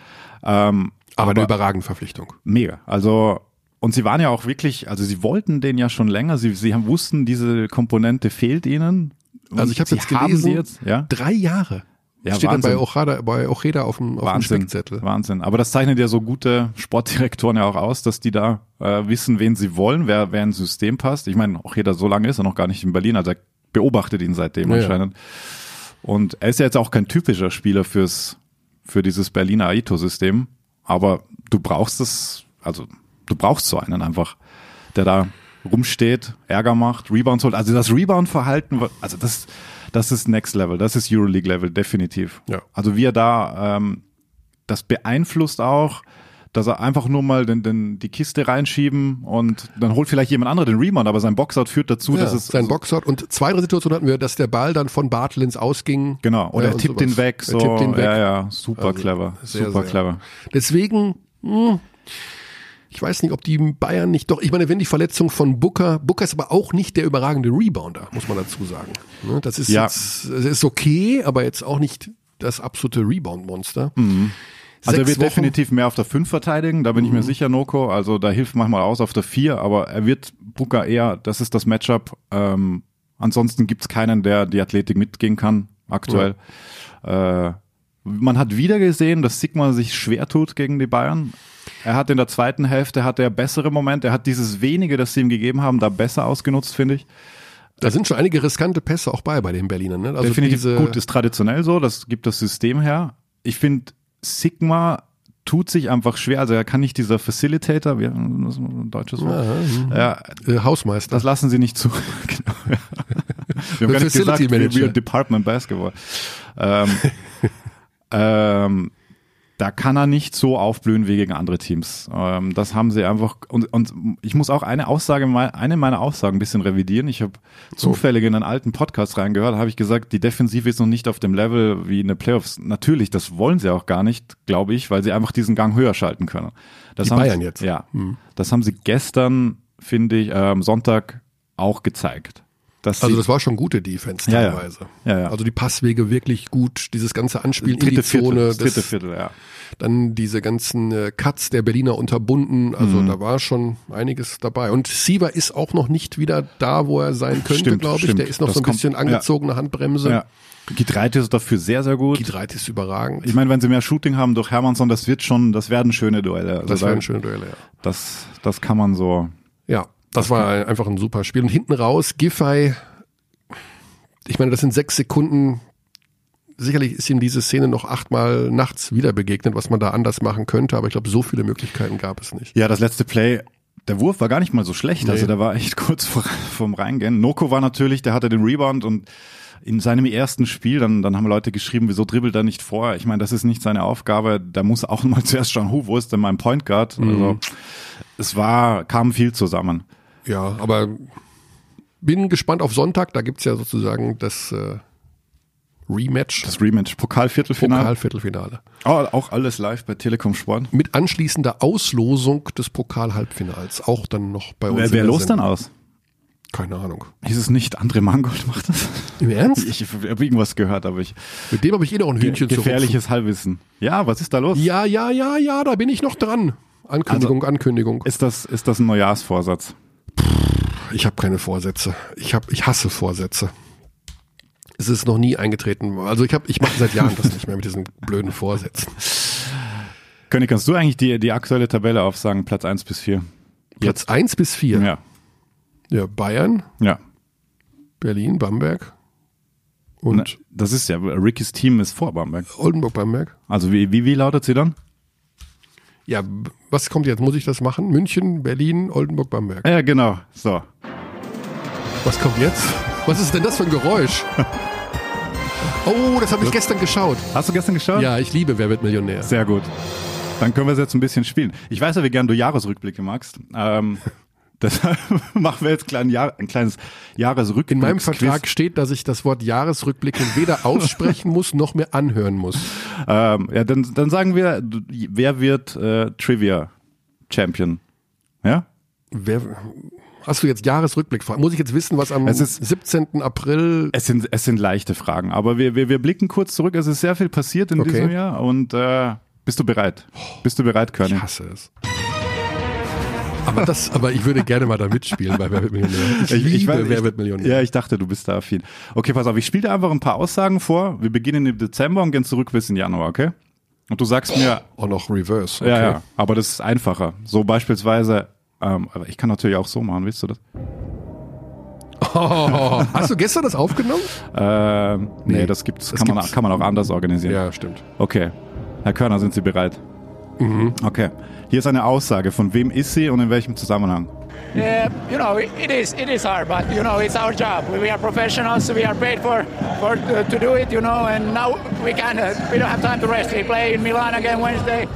B: Ähm,
A: aber, eine überragende Verpflichtung.
B: mega. Also, und sie waren ja auch wirklich, also sie wollten den ja schon länger. Sie, sie haben, wussten, diese Komponente fehlt ihnen. Und
A: Also ich habe
B: sie
A: jetzt
B: haben
A: gelesen,
B: sie jetzt, ja?
A: drei Jahre.
B: Ja,
A: Steht
B: Wahnsinn.
A: dann bei Ochada, bei Ocheda auf dem, auf dem
B: Wahnsinn.
A: Spickzettel.
B: Wahnsinn. Aber das zeichnet ja so gute Sportdirektoren ja auch aus, dass die da äh, wissen, wen sie wollen, wer, wer ins System passt. Ich meine, auch jeder so lange ist er noch gar nicht in Berlin, also er beobachtet ihn seitdem
A: Ja, ja.
B: anscheinend. Und er ist ja jetzt auch kein typischer Spieler fürs, für dieses Berliner Aito-System, aber du brauchst es, also du brauchst so einen einfach, der da rumsteht, Ärger macht, Rebounds holt. Also das Rebound-Verhalten, wa- also das, das ist Next Level, das ist Euroleague-Level, definitiv.
A: Ja.
B: Also wie er da ähm, das beeinflusst auch, dass er einfach nur mal den, den, die Kiste reinschieben und dann holt vielleicht jemand anderer den Rebound, aber sein Boxout führt dazu,
A: Ja,
B: dass es
A: sein Boxshot. Und zwei, drei Situationen hatten wir, dass der Ball dann von Bartlins ausging.
B: genau oder
A: Ja,
B: er
A: und
B: tippt
A: sowas.
B: den weg,
A: Er
B: so
A: tippt den weg.
B: ja ja super
A: Also,
B: clever,
A: sehr,
B: super
A: sehr.
B: clever.
A: Deswegen, hm, ich weiß nicht, ob die Bayern nicht doch, ich meine, wenn die Verletzung von Booker, Booker ist aber auch nicht der überragende Rebounder, muss man dazu sagen. Ne, Das ist,
B: Ja.
A: jetzt, das ist okay, aber jetzt auch nicht das absolute Rebound-Monster.
B: Also er
A: Sechs
B: wird
A: Wochen- Mhm.
B: definitiv mehr auf der 5 verteidigen, da bin ich mir sicher, Noko. Also da hilft manchmal aus auf der 4, aber er wird Booker eher, das ist das Matchup. Ähm, ansonsten gibt's keinen, der die Athletik mitgehen kann, aktuell. Äh, man hat wieder gesehen, dass Sigma sich schwer tut gegen die Bayern. Er hat in der zweiten Hälfte hat er bessere Momente, er hat dieses wenige, das sie ihm gegeben haben, da besser ausgenutzt, finde ich.
A: Da sind schon einige riskante Pässe auch bei, bei den Berlinern. Ne? Also
B: Definitiv
A: diese-
B: gut, ist traditionell so, das gibt das System her. Ich finde, Sigma tut sich einfach schwer, also er kann nicht dieser Facilitator, wie das ist ein deutsches Wort. Ja,
A: äh, Hausmeister.
B: das lassen sie nicht zu. Genau, ja. wir haben gar nicht
A: Facility
B: gesagt, wir, wir
A: Manager.
B: Department Basketball. Ähm, ähm, da kann er nicht so aufblühen wie gegen andere Teams. Ähm, das haben sie einfach. Und, und ich muss auch eine Aussage, mal- eine meiner Aussagen ein bisschen revidieren. Ich habe zufällig in einen alten Podcast reingehört, habe ich gesagt, die Defensive ist noch nicht auf dem Level wie in den Playoffs. Natürlich, das wollen sie auch gar nicht, glaube ich, weil sie einfach diesen Gang höher schalten können. Das
A: Die
B: haben
A: Bayern
B: sie,
A: jetzt.
B: Ja, das haben sie gestern, finde ich, ähm, Sonntag auch gezeigt. Dass
A: also
B: sie-
A: das war schon gute Defense
B: Ja, ja.
A: teilweise.
B: Ja, ja.
A: Also die Passwege wirklich gut, dieses ganze Anspielen in die
B: dritte
A: Zone,
B: Viertel, das
A: das-
B: dritte Viertel, ja.
A: Dann diese ganzen äh, Cuts der Berliner unterbunden. Also
B: Mhm.
A: da war schon einiges dabei. Und Siva ist auch noch nicht wieder da, wo er sein könnte,
B: Stimmt,
A: glaube ich.
B: stimmt.
A: Der ist noch
B: Das
A: so ein
B: kommt-
A: bisschen
B: ja.
A: angezogene Handbremse.
B: ja.
A: Ja.
B: Gitreit ist dafür sehr, sehr gut.
A: Gidreit ist überragend.
B: Ich meine, wenn sie mehr Shooting haben durch Hermannsson, das wird schon, das werden schöne Duelle. Also
A: das
B: da-
A: wären schöne Duelle, ja.
B: Das, das kann man so.
A: Ja, das war ein, einfach ein super Spiel. Und hinten raus, Giffey, ich meine, das sind sechs Sekunden. Sicherlich ist ihm diese Szene noch achtmal nachts wieder begegnet, was man da anders machen könnte, aber ich glaube, so viele Möglichkeiten gab es nicht.
B: Ja, das letzte Play, der Wurf war gar nicht mal so schlecht. Also der war echt kurz vor, vom Reingehen. Noko war natürlich, der hatte den Rebound und in seinem ersten Spiel, dann, dann haben Leute geschrieben, wieso dribbelt er nicht vor? Ich meine, das ist nicht seine Aufgabe. Da muss auch mal zuerst schauen, huh, wo ist denn mein Point Guard? Also, es war, kam viel zusammen.
A: Ja, aber bin gespannt auf Sonntag, da gibt's ja sozusagen das äh, Rematch, das
B: Das Rematch, Pokal-Viertelfinale.
A: Pokal-Viertelfinale.
B: Oh, auch alles live bei Telekom Sport.
A: Mit anschließender Auslosung des Pokal-Halbfinals, auch dann noch bei uns.
B: Wer,
A: in
B: wer
A: der
B: los dann
A: Sendung.
B: aus?
A: Keine Ahnung.
B: Ist es nicht André Mangold macht das?
A: Im Ernst?
B: Ich, ich habe irgendwas gehört, aber ich.
A: Mit dem habe ich eh noch ein Hühnchen zu rupfen.
B: Gefährliches Halbwissen. Ja, was ist da los?
A: Ja, ja, ja, ja,
B: Also,
A: da bin ich noch dran. Ankündigung, Ankündigung.
B: Ist das, ist das ein Neujahrsvorsatz?
A: ich habe keine Vorsätze. Ich, hab, ich hasse Vorsätze. Es ist noch nie eingetreten. Also ich, hab- ich mache seit Jahren das nicht mehr mit diesen blöden Vorsätzen.
B: König, kannst du eigentlich die, die aktuelle Tabelle aufsagen, Platz 1 bis 4?
A: Platz 1 bis 4.
B: Ja.
A: Ja, Bayern,
B: Ja.
A: Berlin, Bamberg und
B: Na, das ist ja, Rickys Team ist vor Bamberg.
A: Oldenburg-Bamberg.
B: Also wie, wie, wie lautet sie dann?
A: Ja, b- was kommt jetzt? Muss ich das machen? München, Berlin, Oldenburg, Bamberg.
B: Ja, genau. So.
A: Was kommt jetzt? Was ist denn das für ein Geräusch? Oh, das habe ich gestern geschaut.
B: Hast du gestern geschaut?
A: Ja, ich liebe Wer wird Millionär.
B: Sehr gut. Dann können wir es jetzt ein bisschen spielen. Ich weiß ja, wie gern du Jahresrückblicke magst. Ähm, deshalb machen wir jetzt klein Jahr, ein kleines Jahresrückblick.
A: In meinem Vertrag steht, dass ich das Wort Jahresrückblicke weder aussprechen muss noch mir anhören muss.
B: Ähm, ja, dann, dann sagen wir, du- wer wird äh, Trivia-Champion? Ja?
A: Wer, hast du jetzt Jahresrückblick? gefragt? Muss ich jetzt wissen, was am
B: Es ist-
A: 17. April
B: Es sind, es sind leichte Fragen, aber wir, wir, wir blicken kurz zurück. Es ist sehr viel passiert in
A: Okay.
B: diesem Jahr und äh, bist du bereit? Bist du bereit, Körny?
A: Ich hasse es. Aber, das, aber ich würde gerne mal da mitspielen bei Wer wird Millionär. Ich, liebe
B: weiß-
A: Wer wird Millionär.
B: Ja, ich dachte, du bist da affin. Okay, pass auf, ich spiele dir einfach ein paar Aussagen vor. Wir beginnen im Dezember und gehen zurück bis in Januar, okay? Und du sagst mir,
A: Auch noch Reverse.
B: ja, ja, aber das ist einfacher. So beispielsweise, ähm, aber ich kann natürlich auch so machen, willst du das?
A: Oh, hast du gestern das aufgenommen?
B: Ähm, nee,
A: Nee,
B: das gibt's,
A: das
B: kann, man,
A: gibt's.
B: kann man auch anders organisieren.
A: stimmt.
B: Okay. Herr Körner, sind Sie bereit? Mhm. Okay. Hier ist eine Aussage. Von wem ist sie und in welchem Zusammenhang?
E: Uh, you know, it is it is hard, but you know, it's our job. We, we are professionals. We are paid for for uh, to do it. You know, and now we can. Uh, we don't have time to rest. We play in Milan again Wednesday.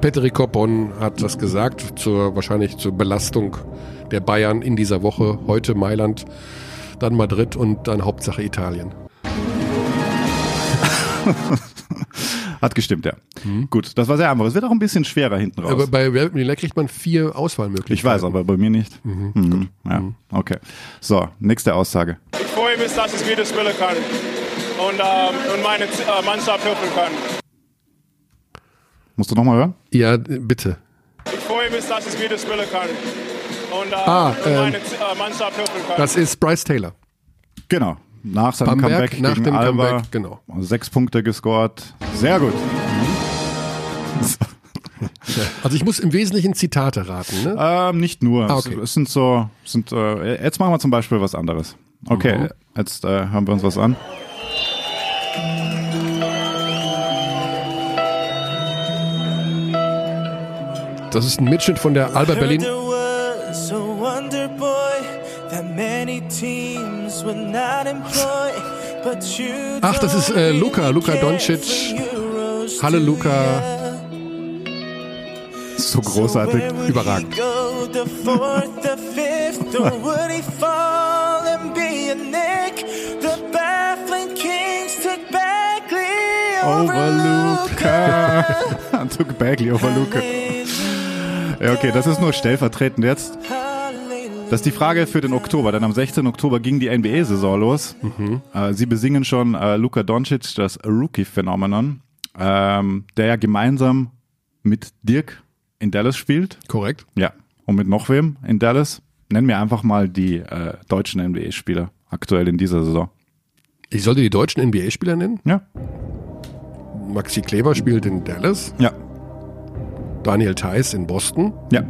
A: Petri Koppon hat das gesagt, zur, wahrscheinlich zur Belastung der Bayern in dieser Woche. Heute Mailand, dann Madrid und dann Hauptsache Italien.
B: Hat gestimmt, ja. Gut, das war sehr einfach. Es wird auch ein bisschen schwerer hinten raus.
A: Mhm. Aber bei Wer wird Millionär kriegt man vier Auswahlmöglichkeiten.
B: Ich weiß, aber bei mir nicht. Mhm. Ja. Okay. So, nächste Aussage.
F: Ich freue mich, dass ich wieder spielen kann und, ähm, und meine Z- äh, Mannschaft helfen kann.
B: Musst du nochmal hören?
A: Ja, bitte.
F: Ich freue mich, dass ich wieder spielen kann und, ähm,
A: Ah,
F: und
A: ähm,
F: meine Z- äh, Mannschaft helfen kann.
A: Das ist Bryce Taylor.
B: Genau. Nach seinem
A: Bamberg,
B: Comeback
A: nach
B: gegen
A: dem
B: Alba.
A: Comeback, genau.
B: Sechs Punkte gescored. Sehr gut.
A: Mhm.
B: So.
A: Also ich muss im Wesentlichen Zitate raten. Ne?
B: Ähm, nicht nur.
A: Ah, okay.
B: Es- Es sind so, es sind, äh, jetzt machen wir zum Beispiel was anderes. Okay,
A: Mhm.
B: jetzt äh, hören wir uns was an.
A: Das ist ein Mitschnitt von der Alba Berlin.
G: There was a wonder boy that many teams would not employ, but you
A: Ach, das ist, äh, Luka, Luka Doncic. Halle Luka.
B: So großartig.
A: Überragend.
B: Overluka. Took Bagley Overluka. Ja, okay, das ist nur stellvertretend jetzt. Das ist die Frage für den Oktober, denn am 16. Oktober ging die NBA-Saison los. Äh, Sie besingen schon äh, Luka Doncic, das Rookie-Phänomenon, ähm, der ja gemeinsam mit Dirk in Dallas spielt.
A: Korrekt.
B: Ja. Und mit noch wem in Dallas? Nenn mir einfach mal die äh, deutschen NBA-Spieler aktuell in dieser Saison.
A: Ich sollte die deutschen NBA-Spieler nennen.
B: Ja.
A: Maxi Kleber spielt in Dallas,
B: Ja.
A: Daniel Theiss in Boston,
B: Ja.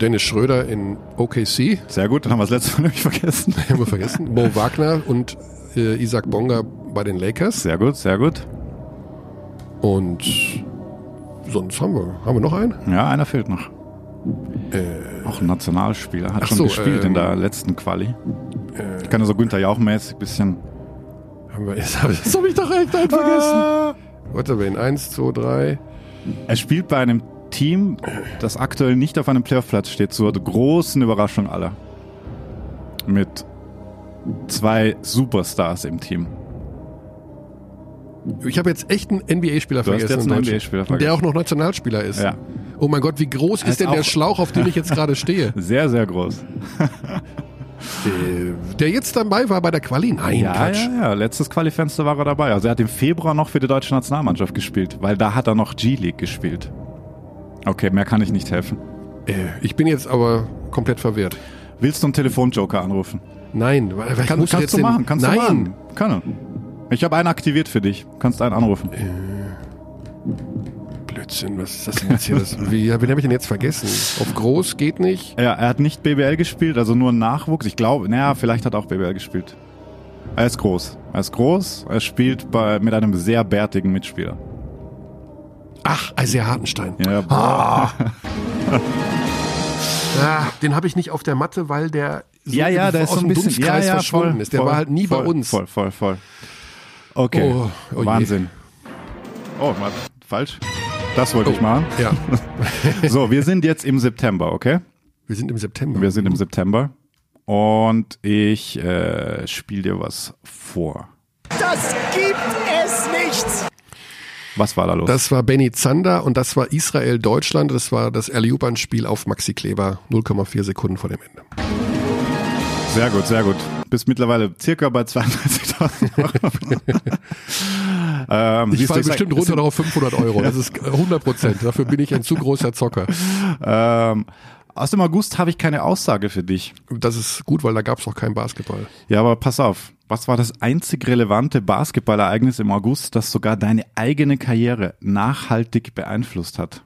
A: Dennis Schröder in OKC,
B: Sehr gut, dann haben wir das letzte Mal nämlich vergessen.
A: haben wir vergessen, Mo Wagner und äh, Isaac Bonga bei den Lakers.
B: Sehr gut, sehr gut.
A: Und sonst haben wir, haben wir noch einen?
B: Ja, einer fehlt noch. Auch ein Nationalspieler, hat
A: Äh. Ach
B: schon
A: so,
B: gespielt in
A: ähm, äh.
B: der letzten Quali. ich kann ja so Günther Jauch-mäßig ein bisschen.
A: Haben wir, jetzt hab ich, das habe ich doch echt einen vergessen.
B: Ah.
A: Warte, wen? Eins, zwei, drei.
B: Er spielt bei einem Team, das aktuell nicht auf einem Playoff-Platz steht, zur großen Überraschung aller. Mit zwei Superstars im Team.
A: Ich habe jetzt echt einen NBA-Spieler
B: Du hast
A: vergessen.
B: jetzt
A: in
B: einen
A: Deutschland,
B: NBA-Spieler vergessen.
A: Der auch noch Nationalspieler ist.
B: Ja.
A: Oh mein Gott, wie groß
B: Heißt
A: ist denn der
B: auch-
A: Schlauch, auf dem ich jetzt gerade stehe?
B: Sehr, sehr groß.
A: Der jetzt dabei war bei der Quali? Nein,
B: Ja,
A: Quatsch.
B: ja, ja. Letztes Qualifenster war er dabei. Also er hat im Februar noch für die deutsche Nationalmannschaft gespielt, weil da hat er noch G-League gespielt. Okay, mehr kann ich nicht helfen.
A: Äh, Ich bin jetzt aber komplett verwirrt.
B: Willst du einen Telefonjoker anrufen?
A: Nein, weil- weil ich
B: Kann,
A: muss
B: kannst
A: jetzt
B: du
A: den-
B: machen, kannst
A: Nein.
B: du machen. Kann er. Ich habe einen aktiviert für dich. Kannst einen anrufen.
A: Äh. Blödsinn, was ist das denn jetzt hier? Das, wie, wen habe ich denn jetzt vergessen? Auf groß geht nicht.
B: Ja, er hat nicht BBL gespielt, also nur Nachwuchs. Ich glaube, naja, vielleicht hat er auch BBL gespielt. Er ist groß. Er ist groß. Er spielt bei, mit einem sehr bärtigen Mitspieler.
A: Ach, Isaiah Hartenstein.
B: Ja,
A: Ah, den habe ich nicht auf der Matte, weil der so
B: ja, ja, da ist
A: aus
B: so ein
A: dem
B: bisschen
A: Dunstkreis
B: ja, ja,
A: verschwunden
B: voll,
A: ist. Der
B: voll,
A: war halt nie
B: voll,
A: bei uns.
B: Voll, voll, voll. Okay.
A: Oh, oh je.
B: Wahnsinn. Oh, warte, falsch. Das
A: Oh.
B: wollte ich machen.
A: Ja,
B: So, wir sind jetzt im September, okay?
A: wir sind im September.
B: Wir sind im September. Und ich äh, spiele dir was vor.
G: Das gibt es nicht!
B: Was war da los?
A: Das war Benny Zander und das war Israel Deutschland. Das war das Eliuban-Spiel auf Maxi Kleber, 0,4 Sekunden vor dem Ende.
B: Sehr gut, sehr gut. Bist mittlerweile circa bei 32.000 Euro. ähm,
A: Ich
B: siehst du,
A: falle
B: sag-
A: bestimmt runter noch auf 500 Euro. Das ist 100 Prozent. Dafür bin ich ein zu großer Zocker.
B: Ähm, aus dem August habe ich keine Aussage für dich.
A: Das ist gut, weil da gab es auch keinen Basketball.
B: Ja, aber pass auf. Was war das einzig relevante Basketballereignis im August, das sogar deine eigene Karriere nachhaltig beeinflusst hat?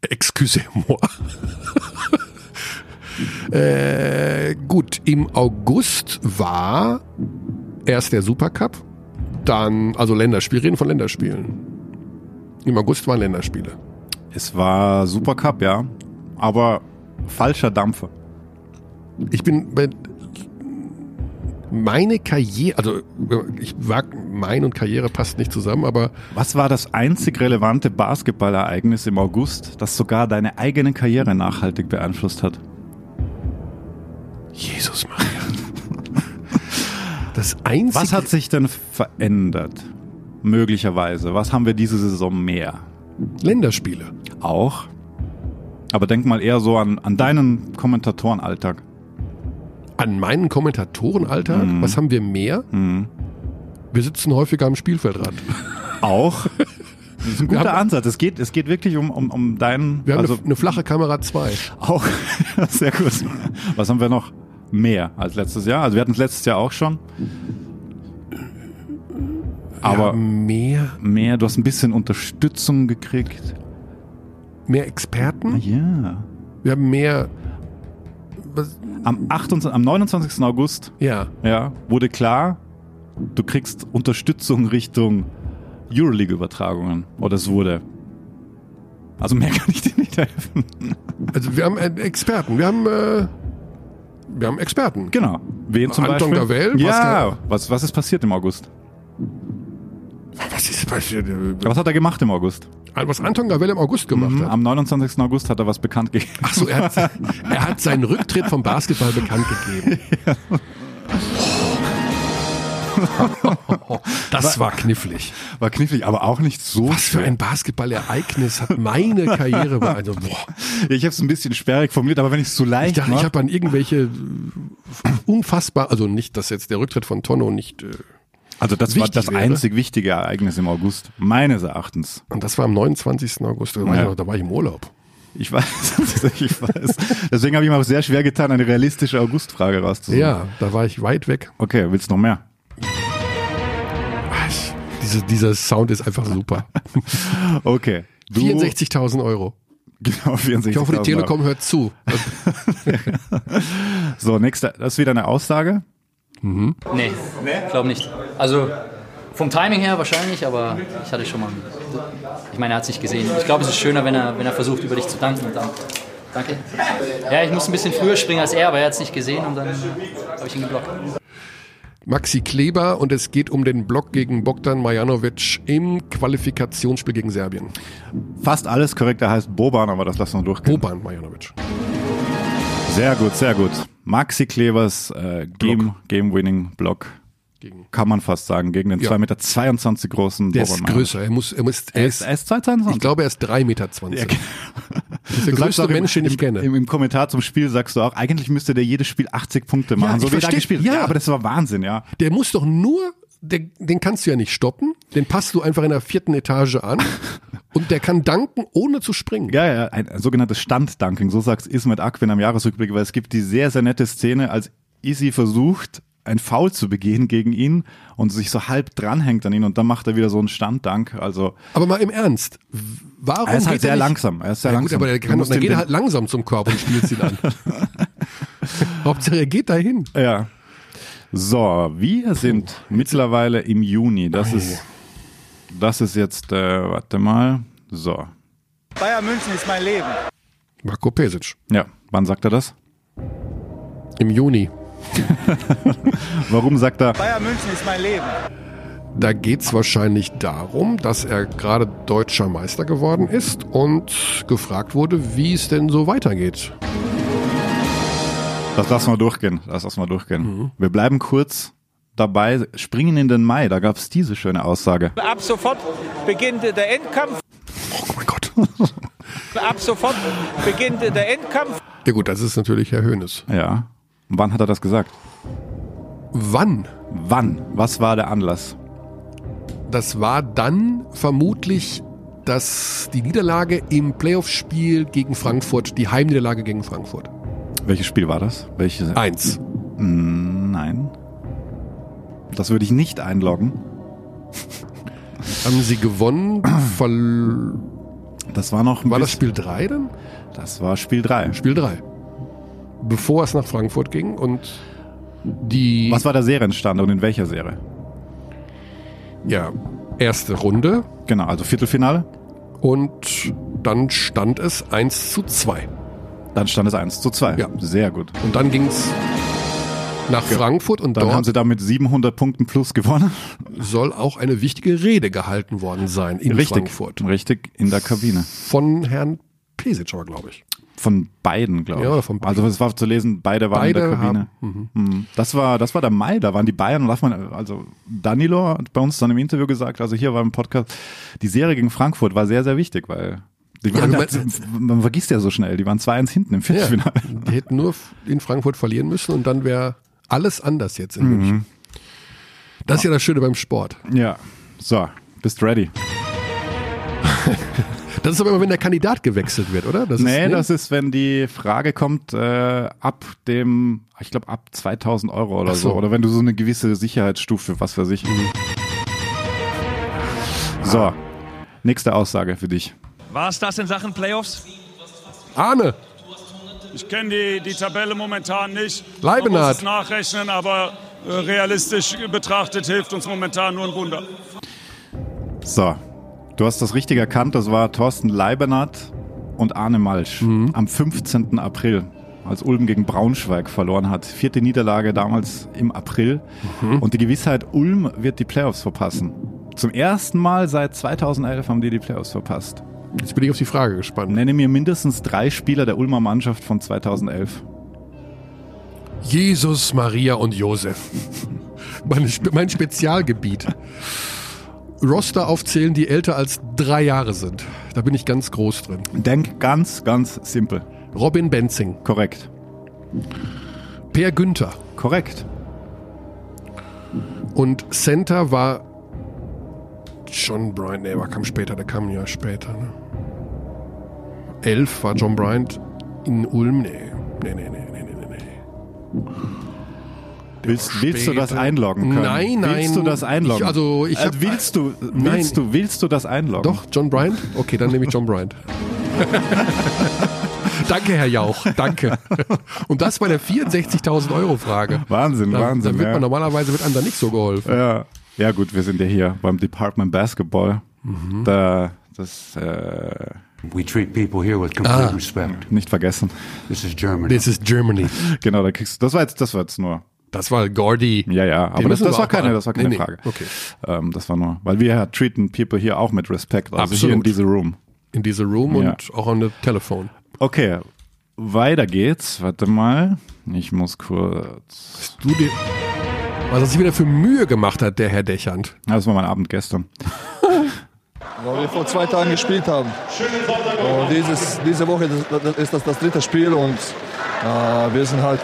A: Excusez-moi. äh, gut, im August war erst der Supercup, dann, also Länderspiel, reden von Länderspielen. Im August waren Länderspiele.
B: Es war Supercup, ja. Aber falscher Dampfer.
A: Ich bin bei. Meine Karriere, also ich wag, mein und Karriere passt nicht zusammen, aber
B: Was war das einzig relevante Basketballereignis im August, das sogar deine eigene Karriere nachhaltig beeinflusst hat?
A: Jesus Maria. Das einzige.
B: Was hat sich denn verändert? Möglicherweise. Was haben wir diese Saison mehr?
A: Länderspiele?
B: Auch. Aber denk mal eher so an, an deinen Kommentatorenalltag.
A: An meinen Kommentatorenalltag?
B: Mhm.
A: Was haben wir mehr? Wir sitzen häufiger am Spielfeldrand.
B: Auch. Das ist ein
A: Wir
B: guter
A: haben-
B: Ansatz. Es geht, es geht wirklich um, um, um deinen.
A: Wir haben
B: also
A: eine, eine flache Kamera 2.
B: auch. Sehr gut. Was haben wir noch? Mehr als letztes Jahr. Also wir hatten es letztes Jahr auch schon. Aber
A: Mehr,
B: mehr, du hast ein bisschen Unterstützung gekriegt. Ah,
A: mehr Experten?
B: Ja.
A: Wir haben mehr. Was,
B: Am, 28, am 29. August
A: ja.
B: ja, wurde klar, du kriegst Unterstützung Richtung Euroleague-Übertragungen. Oder es wurde. Also mehr kann ich dir nicht helfen.
A: Also wir haben äh, Experten. Wir haben. Äh, wir haben Experten.
B: Genau. Wen zum
A: Anton
B: Beispiel?
A: Gavel,
B: ja. Was, was ist passiert im August?
A: Was ist passiert?
B: Was hat er gemacht im August?
A: Was Anton Gavell im August gemacht hat.
B: Am 29. August hat er was bekannt gegeben.
A: Hm? Ach so, er hat, er hat seinen Rücktritt vom Basketball bekannt gegeben. Das war knifflig.
B: War knifflig, aber auch nicht so.
A: Was für ein Basketballereignis hat meine Karriere bei also, boah.
B: Ich habe es ein bisschen sperrig formuliert, aber wenn ich es so
A: Ich
B: leicht
A: dachte, ich
B: mache-
A: habe an irgendwelche äh, unfassbar, also nicht, dass jetzt der Rücktritt von Tonno nicht äh,
B: Also das war
A: wichtig
B: das
A: wäre.
B: einzig wichtige Ereignis im August, meines Erachtens.
A: und das war am 29. August, da war, ich,
B: Ja.
A: noch- da war ich im Urlaub.
B: Ich weiß, ich weiß. Deswegen habe ich mir auch sehr schwer getan, eine realistische Augustfrage rauszusuchen.
A: Ja, da war ich weit weg.
B: Okay, willst noch mehr?
A: Was? Diese, dieser Sound ist einfach super.
B: Okay. Du,
A: 64.000 Euro.
B: Genau, 64.
A: Ich hoffe, die Telekom hört zu.
B: So, nächster. Das ist wieder eine Aussage.
H: Nee, glaube nicht. Also vom Timing her wahrscheinlich, aber ich hatte schon mal. Ich meine, er hat es nicht gesehen. Ich glaube, es ist schöner, wenn er, wenn er versucht, über dich zu danken. Und dann, danke. Ja, ich muss ein bisschen früher springen als er, aber er hat es nicht gesehen und dann äh, habe ich ihn geblockt.
A: Maxi Kleber und es geht um den Block gegen Bogdan Majanovic im Qualifikationsspiel gegen Serbien.
B: Fast alles korrekt. Er heißt Boban, aber das lassen wir durchgehen.
A: Boban Majanovic.
B: Sehr gut, sehr gut. Maxi Klevers äh, Game- Game-Winning-Block.
A: Gegen-
B: Kann man fast sagen, gegen den
A: Ja.
B: 2,22 Meter großen
A: Der
B: Boban
A: ist
B: Marjanovic.
A: größer. Er muss, er muss, er
B: Er ist,
A: ist,
B: er ist 2,22.
A: ich glaube, er ist 3,20 Meter.
B: Hm. Ja,
A: Das ist der
B: Du sagst
A: größte
B: auch im-
A: Mensch, den ich
B: im,
A: kenne.
B: Im, Im Kommentar zum Spiel sagst du auch, eigentlich müsste der jedes Spiel 80 Punkte machen.
A: ich
B: so wie er da
A: versteh-
B: gespielt. hat.
A: ja.
B: aber das war Wahnsinn, ja.
A: der muss doch nur, der, den kannst du ja nicht stoppen. Den passt du einfach in der vierten Etage an und der kann danken, ohne zu springen.
B: Ja, ja, ein sogenanntes Standdanking, so sagt Ismet Akvin am Jahresrückblick, weil es gibt die sehr, sehr nette Szene, als Isi versucht, ein Foul zu begehen gegen ihn und sich so halb dranhängt an ihn und dann macht er wieder so einen Standdank. Also
A: Aber mal im Ernst, w- warum
B: er ist halt
A: geht er
B: sehr
A: nicht?
B: langsam. Er ist sehr
A: ja, gut,
B: langsam.
A: aber der,
B: Du
A: kann,
B: musst
A: dann
B: ihm
A: geht er
B: den-
A: halt langsam zum Körper und spielt ihn an. Hauptsache, er geht dahin.
B: Ja. So, wir sind mittlerweile im Juni. Das ist, das ist jetzt, äh, warte mal. So,
I: Bayern München ist mein Leben.
A: Marco Pesic
B: ja. Wann sagt er das?
A: im Juni.
B: Warum sagt er?
I: Bayern München ist mein Leben.
A: Da geht's wahrscheinlich darum, dass er gerade deutscher Meister geworden ist und gefragt wurde, wie es denn so weitergeht.
B: Das lassen wir durchgehen. Das lassen wir durchgehen.
A: Mhm.
B: Wir bleiben kurz dabei. Springen in den Mai. Da gab es diese schöne Aussage.
I: Ab sofort beginnt der Endkampf.
A: Oh mein Gott.
I: Ab sofort beginnt der Endkampf.
A: Ja gut, das ist natürlich Herr Hönes.
B: Ja. Und wann hat er das gesagt?
A: Wann?
B: Wann? Was war der Anlass?
A: Das war dann vermutlich dass die Niederlage im Playoff-Spiel gegen Frankfurt, die Heimniederlage gegen Frankfurt.
B: Welches Spiel war das? Welches?
A: Eins.
B: Nein. Das würde ich nicht einloggen.
A: Haben sie gewonnen? Verl
B: Das war noch ein
A: war das
B: bisschen-
A: Spiel drei dann?
B: Das war Spiel 3.
A: Spiel drei, Bevor es nach Frankfurt ging und die
B: Was war der Serienstand und in welcher Serie?
A: ja, erste Runde
B: Genau, also Viertelfinale.
A: und dann stand es 1 zu 2.
B: Dann stand es 1 zu 2.
A: Ja.
B: Sehr gut.
A: Und dann ging es nach Frankfurt und
B: Dann haben
A: dort
B: sie damit 700 Punkten plus gewonnen.
A: soll auch eine wichtige Rede gehalten worden sein in
B: Richtig.
A: Frankfurt.
B: Richtig, in der Kabine.
A: Von Herrn Pesic, aber glaube ich.
B: Von beiden, glaube ich.
A: Ja, von beiden.
B: Also es war zu lesen, beide waren in
A: Beide
B: der Kabine. Mhm. Das war, das war der Mai, da waren die Bayern und Lachmann, also Danilo hat bei uns dann im Interview gesagt, also hier war im Podcast, die Serie gegen Frankfurt war sehr, sehr wichtig, weil die waren
A: Ja,
B: da, man vergisst ja so schnell, die waren 2-1 hinten im
A: Ja,
B: Viertelfinale.
A: die hätten nur in Frankfurt verlieren müssen und dann wäre alles anders jetzt in
B: Mhm.
A: München. Das ist ja das Schöne beim Sport.
B: ja. So, bist ready.
A: Das ist aber immer, wenn der Kandidat gewechselt wird, oder? Das ne?
B: Nee, das ist, wenn die Frage kommt, äh, ab dem, ich glaube, ab 2000 Euro oder
A: Ach
B: so. Mhm.
A: so.
B: Oder wenn du so eine gewisse Sicherheitsstufe, was weiß ich. So, nächste Aussage für dich.
J: War es das in Sachen Playoffs?
A: Arne,
F: Ich kenne die, die Tabelle momentan nicht. Man
A: Leibenhardt.
F: muss es nachrechnen, aber äh, realistisch betrachtet hilft uns momentan nur ein Wunder.
B: So, du hast das richtig erkannt, das war Thorsten Leibenhardt und Arne Malsch am 15. April. Als Ulm gegen Braunschweig verloren hat. Vierte Niederlage damals im April. Und die Gewissheit, Ulm wird die Playoffs verpassen. Zum ersten Mal seit 2011 haben die die Playoffs verpasst.
A: jetzt bin ich auf die Frage gespannt.
B: Nenne mir mindestens drei Spieler der Ulmer Mannschaft von 2011.
A: Jesus, Maria und Josef. Meine, Spe- mein Spezialgebiet. Roster aufzählen, die älter als drei Jahre sind. Da bin ich ganz groß drin.
B: Denk ganz, ganz simpel.
A: Robin Benzing,
B: Korrekt.
A: Per Günther
B: Korrekt.
A: und Center war John Bryant. Nee, war kam später, der kam ein Jahr später. Ne? Elf war John Bryant in Ulm. Nee, nee, nee, nee, nee, nee, nee, nee.
B: Willst, willst du das
A: später.
B: einloggen können?
A: Nein, nein.
B: Willst du das einloggen?
A: Ich- also, ich
B: äh,
A: hab-
B: willst du, willst
A: Nein.
B: du, willst du das einloggen?
A: Doch, John Bryant? Okay, dann nehme ich John Bryant. Danke, Herr Jauch. Danke. Und das bei der 64.000 Euro Frage.
B: Wahnsinn,
A: Dann-
B: Wahnsinn.
A: Dann wird man
B: ja.
A: normalerweise wird einem da nicht so geholfen.
B: Ja. ja, gut, wir sind ja hier beim Department Basketball.
A: Mhm.
B: Da, das äh,
K: We treat people here with complete respect.
B: nicht vergessen.
K: This is Germany.
A: This is Germany.
B: Genau, da kriegst du. Das war jetzt, das war jetzt nur.
A: Das war Gordy.
B: Ja, ja,
A: Den
B: aber das,
A: müssen
B: das,
A: wir
B: war
A: auch
B: keine,
A: beantworten.
B: das war keine
A: Nee, nee,
B: Frage.
A: okay.
B: Ähm, das war nur, weil wir treaten people hier auch mit Respekt, also hier in
A: Absolut.
B: diese Room.
A: In diese Room
B: Ja.
A: und auch an das Telefon.
B: Okay, weiter geht's. Warte mal, ich muss kurz.
A: Du dir, was er sich wieder für Mühe gemacht hat, der Herr Dechand.
B: Ah, Das war mein Abend gestern.
I: Weil wir vor zwei Tagen gespielt haben. Und dieses, diese Woche das- das ist das das dritte Spiel und äh, wir sind halt,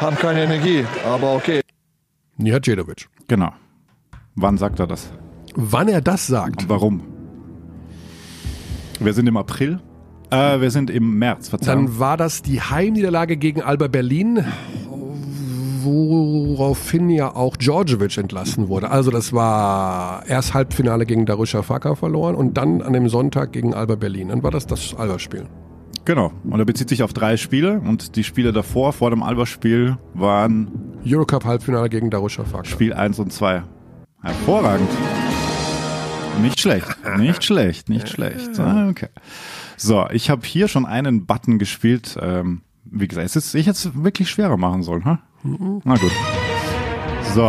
I: haben keine Energie. Aber okay,
A: Nihat Jedovic.
B: Genau. Wann sagt er das?
A: Wann er das sagt.
B: Warum? Wir sind im April. Äh, wir sind im März, Verzeihung.
A: Dann war das die Heimniederlage gegen Alba Berlin, woraufhin ja auch Djordjevic entlassen wurde. Also das war erst Halbfinale gegen Darusha Faka verloren und dann an dem Sonntag gegen Alba Berlin. Dann war das das Alba-Spiel.
B: Genau. Und er bezieht sich auf drei Spiele und die Spiele davor, vor dem Alba-Spiel, waren
A: Eurocup-Halbfinale gegen Darusha Faka.
B: Spiel 1 und 2. Hervorragend. Nicht schlecht, nicht schlecht, nicht schlecht. Ah, Okay. So, ich habe hier schon einen Button gespielt. Ähm, wie gesagt, es ist, ich hätte es wirklich schwerer machen sollen. Huh? Na gut. So.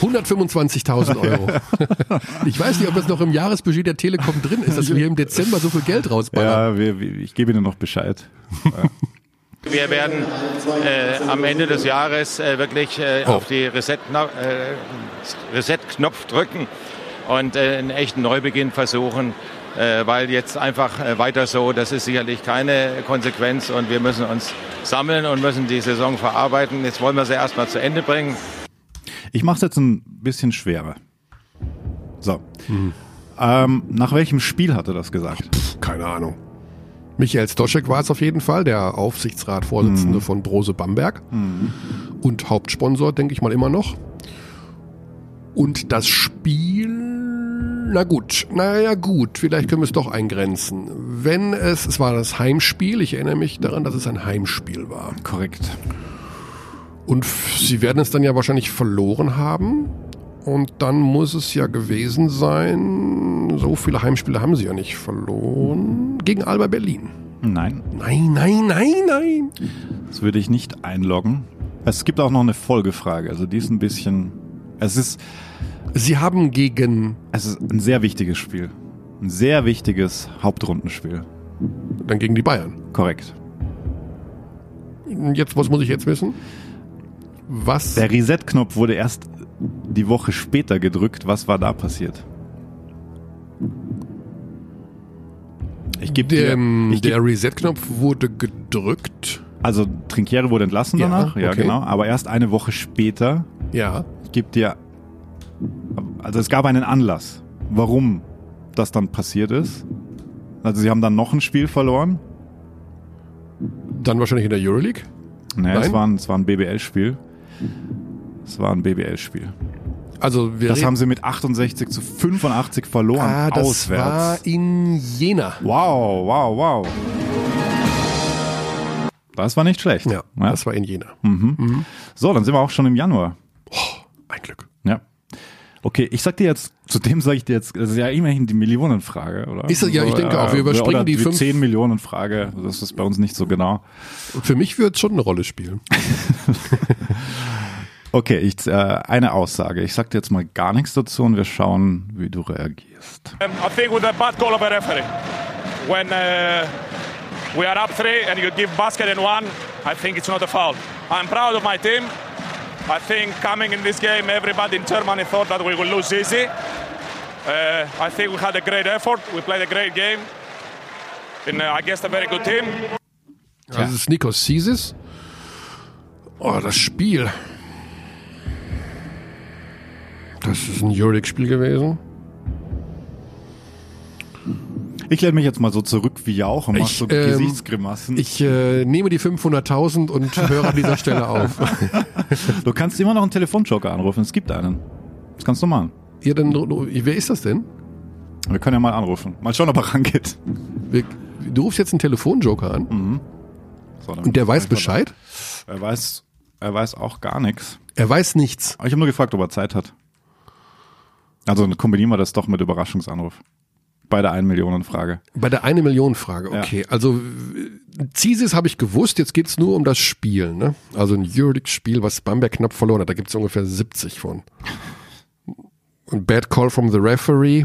A: 125.000 Euro. ich weiß nicht, ob das noch im Jahresbudget der Telekom drin ist, dass wir hier im Dezember so viel Geld rausballern.
B: Ja, äh, wir, wir- ich gebe Ihnen noch Bescheid. Ja.
C: Wir werden äh, am Ende des Jahres äh, wirklich äh,
B: Oh.
C: auf die Reset- äh, Reset-Knopf drücken und äh, einen echten Neubeginn versuchen, äh, weil jetzt einfach äh, weiter so, das ist sicherlich keine Konsequenz und wir müssen uns sammeln und müssen die Saison verarbeiten. Jetzt wollen wir sie erstmal zu Ende bringen.
B: Ich mache es jetzt ein bisschen schwerer. So. Ähm, nach welchem Spiel hat er das gesagt?
A: keine Ahnung. Michael Stoschek war es auf jeden Fall, der Aufsichtsratvorsitzende von Brose Bamberg und Hauptsponsor, denke ich mal immer noch. Und das Spiel, na gut, naja gut, vielleicht können wir es doch eingrenzen. Wenn es, es war das Heimspiel, ich erinnere mich daran, dass es ein Heimspiel war.
B: Korrekt.
A: Und f- sie werden es dann ja wahrscheinlich verloren haben. Und dann muss es ja gewesen sein, so viele Heimspiele haben sie ja nicht verloren. Gegen Alba Berlin.
B: Nein.
A: Nein, nein, nein, nein.
B: Das würde ich nicht einloggen. Es gibt auch noch eine Folgefrage, also die ist ein bisschen. Es ist.
A: Sie haben gegen.
B: Es ist ein sehr wichtiges Spiel. Ein sehr wichtiges Hauptrundenspiel.
A: Dann gegen die Bayern.
B: Korrekt.
A: Jetzt, was muss ich jetzt wissen? Was?
B: Der Reset-Knopf wurde erst die Woche später gedrückt. Was war da passiert? Ich gebe dir.
A: Ähm,
B: Ich geb,
A: der Reset-Knopf wurde gedrückt.
B: also Trinkiere wurde entlassen
A: Ja,
B: danach, ja
A: okay.
B: genau. Aber erst eine Woche später.
A: Ja.
B: Ich gebe dir. Also es gab einen Anlass, warum das dann passiert ist. Also sie haben dann noch ein Spiel verloren.
A: Dann wahrscheinlich in der Euroleague.
B: Nee, es
A: Nein?
B: war ein, es war ein BBL-Spiel. Es war ein BBL-Spiel.
A: Also wir
B: Das
A: reden-
B: haben sie mit 68 zu 85 verloren.
A: Ah, das
B: auswärts.
A: war in Jena.
B: Wow, wow, wow. Das war nicht schlecht.
A: Ja, das war in Jena.
B: Mhm. So, dann sind wir auch schon im Januar.
A: ein Glück.
B: Ja. Okay, ich sag dir jetzt, zudem sage ich dir jetzt, das ist ja immerhin die Millionenfrage, oder?
A: Ist das- ja, ich denke auch, wir
B: äh,
A: überspringen
B: oder
A: die fünf-
B: 10 Millionen Frage, das ist bei uns nicht so genau.
A: Für mich wird es schon eine Rolle spielen.
B: Okay, ich, äh, eine Aussage. Ich sag dir jetzt mal gar nichts dazu und wir schauen, wie du reagierst.
F: Um, I think with a bad call of a referee, when uh, we are up three and you give basket in one, I think it's not a foul. I'm proud of my team. I think coming in this game, everybody in Germany thought that we will lose easy. Uh, I think we had a great effort. We played a great game. And uh, I guess a very good team.
A: Also es ist Nikos Sisis. Oh, das Spiel. Das ist ein Euroleague-Spiel gewesen.
B: Ich lehne mich jetzt mal so zurück wie Jauch und mach so
A: ähm,
B: Gesichtsgrimassen.
A: Ich äh, nehme die 500.000 und höre an dieser Stelle auf.
B: Du kannst immer noch einen Telefonjoker anrufen, es gibt einen. Das kannst du machen.
A: Ja, dann, wer ist das denn?
B: Wir können ja mal anrufen. Mal schauen, ob er rangeht.
A: Wir- Du rufst jetzt einen Telefonjoker an
B: So, dann-
A: und der weiß Bescheid.
B: Er weiß, er weiß auch gar nichts.
A: Er weiß nichts.
B: Aber ich habe nur gefragt, ob er Zeit hat. Also dann kombinieren wir das doch mit Überraschungsanruf. Bei der 1 Millionen Frage.
A: Bei der eine Million Frage, okay. Also Zisis habe ich gewusst, jetzt geht's nur um das Spiel, ne? Also ein Euroleague-Spiel, was Bamberg knapp verloren hat, da gibt's ungefähr 70 von. Und Bad Call from the Referee.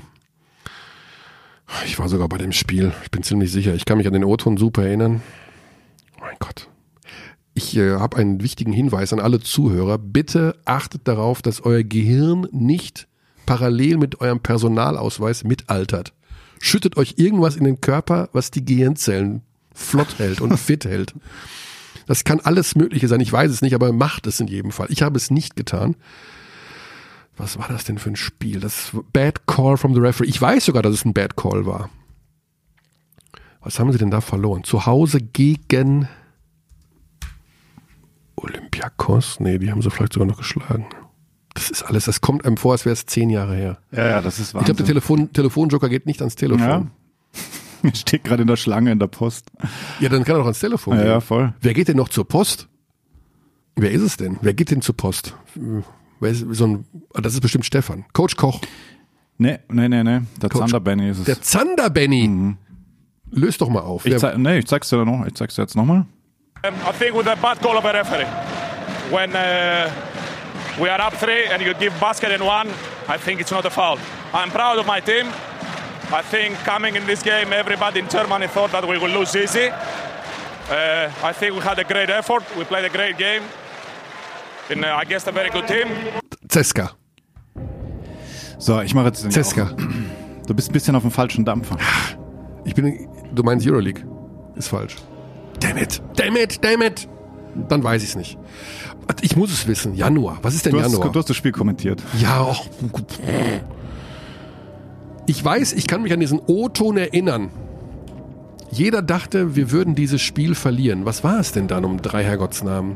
A: Ich war sogar bei dem Spiel, ich bin ziemlich sicher. Ich kann mich an den O-Ton super erinnern. Oh mein Gott. Ich äh, habe einen wichtigen Hinweis an alle Zuhörer. Bitte achtet darauf, dass euer Gehirn nicht parallel mit eurem Personalausweis mitaltert. Schüttet euch irgendwas in den Körper, was die Gehirnzellen flott hält und fit hält. Das kann alles Mögliche sein. Ich weiß es nicht, aber macht es in jedem Fall. Ich habe es nicht getan. was war das denn für ein Spiel? Das Bad Call from the Referee. Ich weiß sogar, dass es ein Bad Call war. Was haben sie denn da verloren? Zu Hause gegen Olympiakos? Nee, die haben sie vielleicht sogar noch geschlagen. Das ist alles, das kommt einem vor, als wäre es zehn Jahre her.
B: Ja, ja, das ist
A: Ich glaube, der
B: Wahnsinn.
A: Telefon, Telefonjoker geht nicht ans Telefon. Ja,
B: Ja. Steht gerade in der Schlange in der Post.
A: dann kann er doch ans Telefon
B: Ja,
A: gehen.
B: ja, voll.
A: Wer geht denn noch zur Post? Wer ist es denn? Wer geht denn zur Post? Wer ist, so ein, ah, das ist bestimmt Stefan. Coach Koch.
B: Nee, nee, nee, nee. Der
A: Coach.
B: Zander Benny ist es.
A: Der Zander Benny. Löst doch mal auf.
B: Mhm. ich
A: Wer-
B: zeig, nee, ich zeig's dir noch. Ich zeig's dir jetzt nochmal.
F: Um, I think with a bad call of a referee, when uh, we are up three and you give basket in one, I think it's not a foul. I'm proud of my team. I think coming in this game, everybody in Germany thought that we would lose easy. Uh, I think we had a great effort. We played a great game. In, uh, against a very good team.
A: Zeska.
B: So, ich mache jetzt den
A: Zeska. Ah,
B: auch. Du bist ein bisschen auf dem falschen Dampfer.
A: Ich bin. Du meinst Euroleague. Ist falsch. Damn it. Damn it. Damn it. Dann weiß ich es nicht. Ich muss es wissen. Januar. Was ist denn
B: Du hast,
A: Januar?
B: du hast das Spiel kommentiert.
A: Ja, och, gut. ich weiß, ich kann mich an diesen O-Ton erinnern. Jeder dachte, wir würden dieses Spiel verlieren. Was war es denn dann um drei Herrgotts Namen?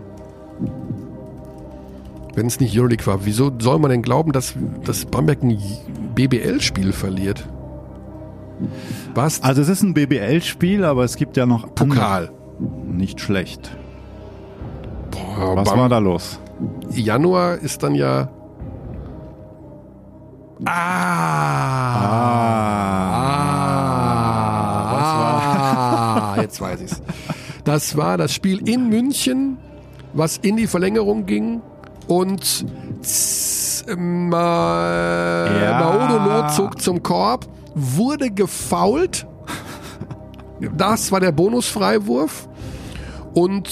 A: Wenn es nicht Euroleague war, wieso soll man denn glauben, dass, dass Bamberg ein BBL-Spiel verliert? Was?
B: Also es ist ein BBL-Spiel, aber es gibt ja noch
A: Pokal.
B: andere. Nicht schlecht.
A: Boah,
B: Was
A: Bam-
B: war da los?
A: Januar ist dann ja. Ah! Ah, jetzt weiß ich's. Das war das Spiel in München, was in die Verlängerung ging und Z- Ma
B: Ja.
A: Maodolo zog zum Korb, wurde gefault. Das war der Bonusfreiwurf und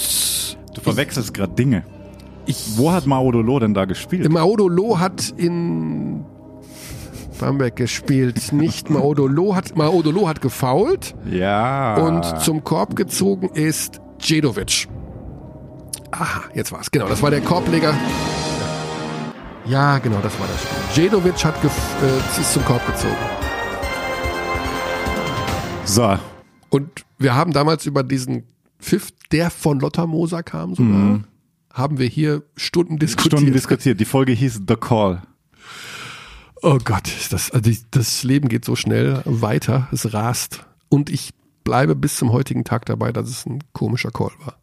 B: Du verwechselst gerade Dinge.
A: ich
B: Wo hat Maudolo denn da gespielt?
A: Maodo Loh hat in Bamberg gespielt, nicht Maodo Loh hat Maodo Loh hat gefault
B: Ja.
A: und zum Korb gezogen ist Jedovic. Aha, jetzt war's. Genau, das war der Korbleger. Ja, genau, das war das Spiel. Jedovic hat gef- äh, ist zum Korb gezogen.
B: So.
A: Und wir haben damals über diesen Pfiff, der von Lotta Moser kam sogar, haben wir hier Stunden diskutiert.
B: Stunden diskutiert. Die Folge hieß The Call.
A: Oh Gott, ist das, also die- das Leben geht so schnell weiter, es rast. Und ich bleibe bis zum heutigen Tag dabei, dass es ein komischer Call war.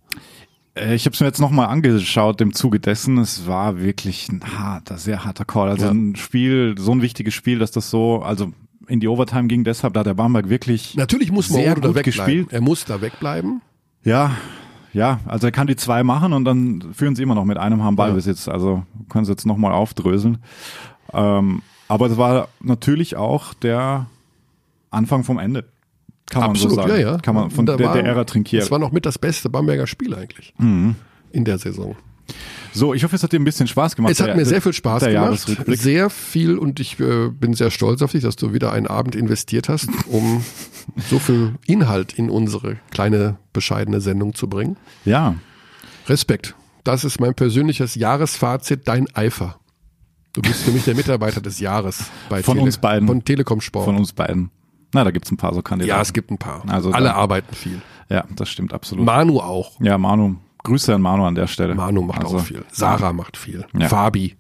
B: Äh, Ich habe es mir jetzt nochmal angeschaut im Zuge dessen. Es war wirklich ein harter, sehr harter Call. Also ein Spiel, so ein wichtiges Spiel, dass das so, also in die Overtime ging deshalb, da hat der Bamberg wirklich
A: Natürlich muss man
B: sehr
A: Odo da
B: gut
A: wegbleiben.
B: gespielt.
A: Er muss da wegbleiben.
B: Ja, ja, also er kann die zwei machen und dann führen sie immer noch mit einem Haar im Ballbesitz. Also können sie jetzt nochmal aufdröseln. Ähm, aber es war natürlich auch der Anfang vom Ende. Kann man so sagen.
A: ja, ja.
B: Kann man von
A: Da
B: der,
A: war-
B: der Ära Mhm. Trinkier.
A: Das war noch mit das beste Bamberger Spiel eigentlich. In der Saison.
B: So, ich hoffe, es hat dir ein bisschen Spaß gemacht.
A: Es hat
B: der-
A: mir sehr viel Spaß
B: der
A: gemacht.
B: Jahresrückblick.
A: Sehr viel und ich äh, bin sehr stolz auf dich, dass du wieder einen Abend investiert hast, um so viel Inhalt in unsere kleine, bescheidene Sendung zu bringen.
B: Ja,
A: Respekt. Das ist mein persönliches Jahresfazit, dein Eifer. Du bist für mich der Mitarbeiter des Jahres bei
B: Von uns beiden.
A: Von Telekom Sport.
B: von uns beiden. Na, da gibt's ein paar so Kandidaten.
A: ja, es gibt ein paar.
B: Also
A: Alle
B: dann-
A: arbeiten viel.
B: Ja, das stimmt absolut.
A: Manu auch.
B: ja, Manu. Grüße an Manu an der Stelle.
A: Manu macht
B: Also,
A: auch viel. Sarah macht viel.
B: Ja.
A: Fabi.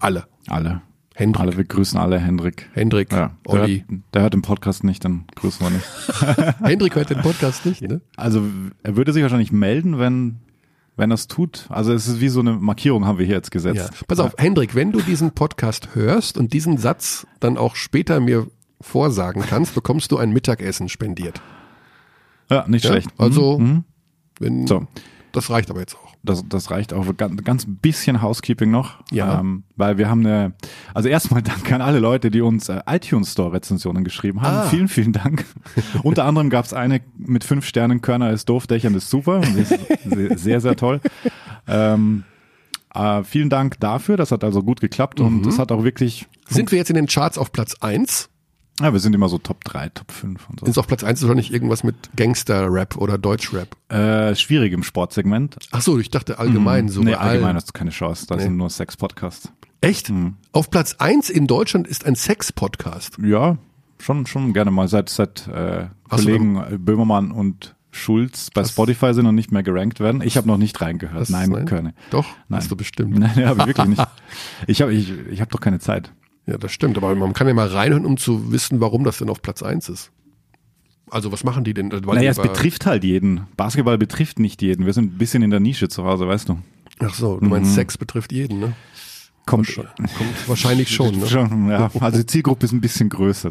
A: Alle.
B: Alle.
A: Hendrik.
B: Alle, wir grüßen alle Hendrik.
A: Hendrik,
B: Ja, der,
A: Olli.
B: hört, der hört den Podcast nicht, dann grüßen wir nicht.
A: Hendrik hört den Podcast nicht, ne?
B: Also er würde sich wahrscheinlich melden, wenn, wenn er es tut. Also es ist wie so eine Markierung, haben wir hier jetzt
A: Ja.
B: gesetzt.
A: Pass auf, Hendrik, wenn du diesen Podcast hörst und diesen Satz dann auch später mir vorsagen kannst, bekommst du ein Mittagessen spendiert.
B: Ja, nicht
A: Ja?
B: schlecht.
A: Also,
B: Mhm.
A: wenn,
B: So,
A: das reicht aber jetzt auch.
B: das, das reicht auch. Ganz, ganz bisschen Housekeeping noch.
A: Ja.
B: Ähm, weil wir haben eine, also erstmal danke an alle Leute, die uns äh, iTunes Store Rezensionen geschrieben haben.
A: Ah.
B: Vielen, vielen Dank. Unter anderem gab es eine mit fünf Sternen, Körner ist doof, Dächern ist super. Und die ist sehr, sehr toll. Ähm, äh, vielen Dank dafür. Das hat also gut geklappt
A: Mhm.
B: und es hat auch wirklich
A: Sind wir jetzt in den Charts auf Platz 1?
B: Ja, wir sind immer so Top 3, Top 5 und so.
A: Ist auf Platz 1 wahrscheinlich irgendwas mit Gangster-Rap oder Deutsch-Rap.
B: äh, schwierig im Sportsegment.
A: Ach so, ich dachte allgemein so.
B: Mhm. nee,
A: bei allen.
B: allgemein hast du keine Chance. Da sind nur Sex-Podcasts.
A: Echt?
B: Mhm.
A: Auf Platz 1 in Deutschland ist ein Sex-Podcast.
B: Ja, schon, schon gerne mal. Seit, seit äh,
A: Hast du
B: Kollegen äh, Böhmermann und Schulz bei Spotify sind und nicht mehr gerankt werden. Ich habe noch nicht reingehört.
A: Hast-
B: Nein,
A: nein?
B: Körne.
A: Doch,
B: nein.
A: hast du bestimmt.
B: Nein, ja, aber wirklich nicht. Ich habe ich, ich hab doch keine Zeit.
A: Ja, das stimmt. Aber man kann ja mal reinhören, um zu wissen, warum das denn auf Platz 1 ist. Also was machen die denn? Weil die
B: naja, es
A: über-
B: betrifft halt jeden. Basketball betrifft nicht jeden. Wir sind ein bisschen in der Nische zu Hause, weißt du.
A: Ach so, du
B: Mhm.
A: meinst, Sex betrifft jeden, ne?
B: Kommt
A: schon. Kommt wahrscheinlich schon, ne?
B: Schon, ja. Also die Zielgruppe ist ein bisschen größer.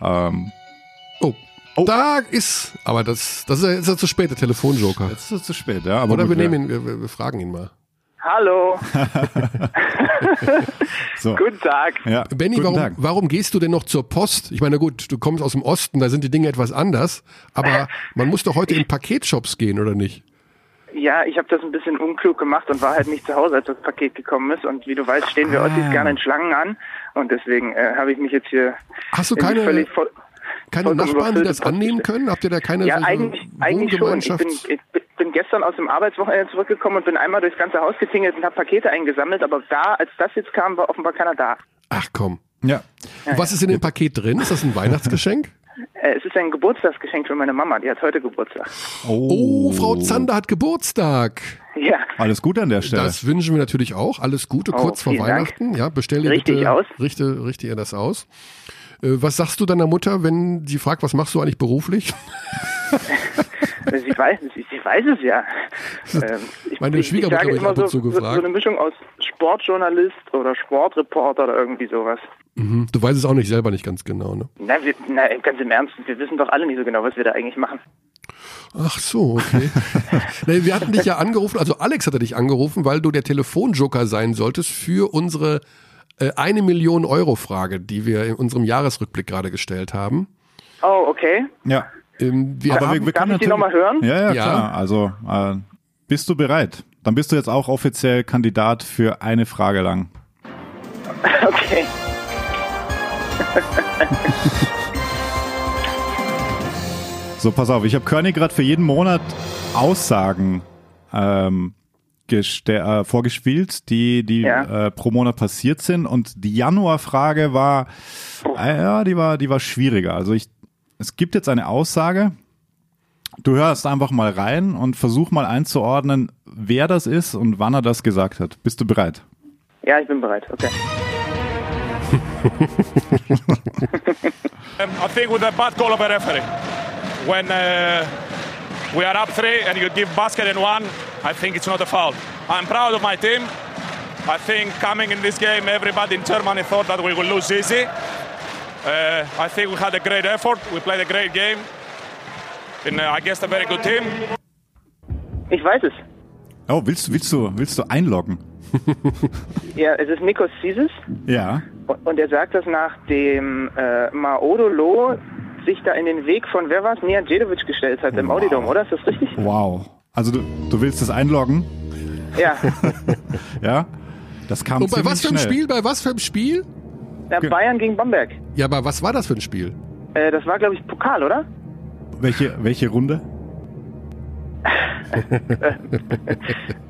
B: Da. Ähm,
A: Oh. Da ist, aber das, das ist ja jetzt ja zu spät, der Telefonjoker.
B: jetzt ist es zu spät, ja. Aber
A: Oder wir
B: gut,
A: nehmen ihn, wir, wir- wir fragen ihn mal.
L: Hallo,
B: So.
L: guten Tag.
B: Ja.
A: Benny,
B: Guten
A: warum,
B: Tag.
A: warum gehst du denn noch zur Post? Ich meine, gut, du kommst aus dem Osten, da sind die Dinge etwas anders, aber man muss doch heute in Paketshops gehen, oder nicht?
L: Ja, ich habe das ein bisschen unklug gemacht und war halt nicht zu Hause, als das Paket gekommen ist. Und wie du weißt, stehen
A: Ah.
L: wir Ossis gerne in Schlangen an. Und deswegen äh, habe ich mich jetzt hier
A: Hast du
L: in die
A: keine-
L: völlig voll,
A: Keine
L: vollkommen
A: Nachbarn, die
L: überfüllte
A: das
L: Post
A: annehmen
L: gestellt.
A: können? Also Habt ihr da keine
L: Ja,
A: solche
L: eigentlich, eigentlich schon. Ich bin,
A: Wohngemeinschafts-
L: ich bin gestern aus dem Arbeitswochenende zurückgekommen und bin einmal durchs ganze Haus getingelt und habe Pakete eingesammelt. Aber da, als das jetzt kam, war offenbar keiner da.
A: Ach komm.
B: Ja.
A: Und was ist in dem Paket drin? Ist das ein Weihnachtsgeschenk?
L: Äh, es ist ein Geburtstagsgeschenk für meine Mama. Die hat heute Geburtstag.
A: Oh, Frau Zander hat Geburtstag.
L: Ja,
B: Alles gut an der Stelle.
A: Das wünschen wir natürlich auch. Alles Gute,
L: Oh,
A: kurz vor
L: vielen Dank.
A: Weihnachten. Ja, bestell ihr
L: Richtig
A: bitte,
L: aus.
A: Richte, richte ihr das aus. Äh, Was sagst du deiner Mutter, wenn sie fragt, was machst du eigentlich beruflich?
L: Also Sie weiß, sie, sie weiß es ja. Ähm, ich,
A: Meine
L: ich-
A: Schwiegermutter
L: ich sage
A: wird
L: immer
A: ab und zu
L: so, so, so
A: gefragt.
L: eine Mischung aus Sportjournalist oder Sportreporter oder irgendwie sowas.
A: Mhm. Du weißt es auch nicht selber nicht ganz genau, ne?
L: Na, wir, na, ganz im Ernst, wir wissen doch alle nicht so genau, was wir da eigentlich machen.
A: Ach so, okay. nee, wir hatten dich ja angerufen, also Alex hatte dich angerufen, weil du der Telefonjoker sein solltest für unsere äh, eine Million Euro Frage, die wir in unserem Jahresrückblick gerade gestellt haben.
L: Oh, okay.
B: ja.
A: Ähm, wir
B: Aber
A: haben,
B: wir, wir
L: Darf
B: können
L: ich
B: natürlich-
L: die nochmal hören?
B: Ja, ja,
A: Ja.
B: klar. Also, äh, bist du bereit? Dann bist du jetzt auch offiziell Kandidat für eine Frage lang.
L: Okay.
B: So, pass auf, ich habe Körnig gerade für jeden Monat Aussagen ähm, geste- äh, vorgespielt, die, die
L: Ja.
B: äh, pro Monat passiert sind. Und die Januarfrage war,
L: Oh.
B: äh, ja, die war, die war schwieriger. Also ich, es gibt jetzt eine Aussage. Du hörst einfach mal rein und versuch mal einzuordnen, wer das ist und wann er das gesagt hat. Bist du bereit?
L: Ja, ich bin bereit. Okay.
F: Um, I think with a bad call of a referee. When uh, we are up three and you give basket in one, I think it's not a foul. I'm proud of my team. I think coming in this game, everybody in Germany thought that we would lose easy. Uh, I think we had a great effort. We played a great game. And uh, I guess a very good team.
L: Ich weiß es.
B: Oh, willst, willst du, willst du einloggen?
L: Ja, es ist Nikos Sisis
B: Ja.
L: und, und er sagt, dass nachdem äh, Maodolo sich da in den Weg von, wer war's, Nian Jedovic gestellt hat im Audidom, oder? Ist das richtig?
B: Wow. Also du, du willst das einloggen?
L: Ja.
B: Ja. Das kam
A: und bei
B: ziemlich
A: was für einem
B: schnell.
A: Spiel? Bei was für einem Spiel?
L: Na, Bayern gegen Bamberg.
A: Ja, aber was war das für ein Spiel?
L: Äh, das war, glaube ich, Pokal, oder?
B: Welche, welche Runde?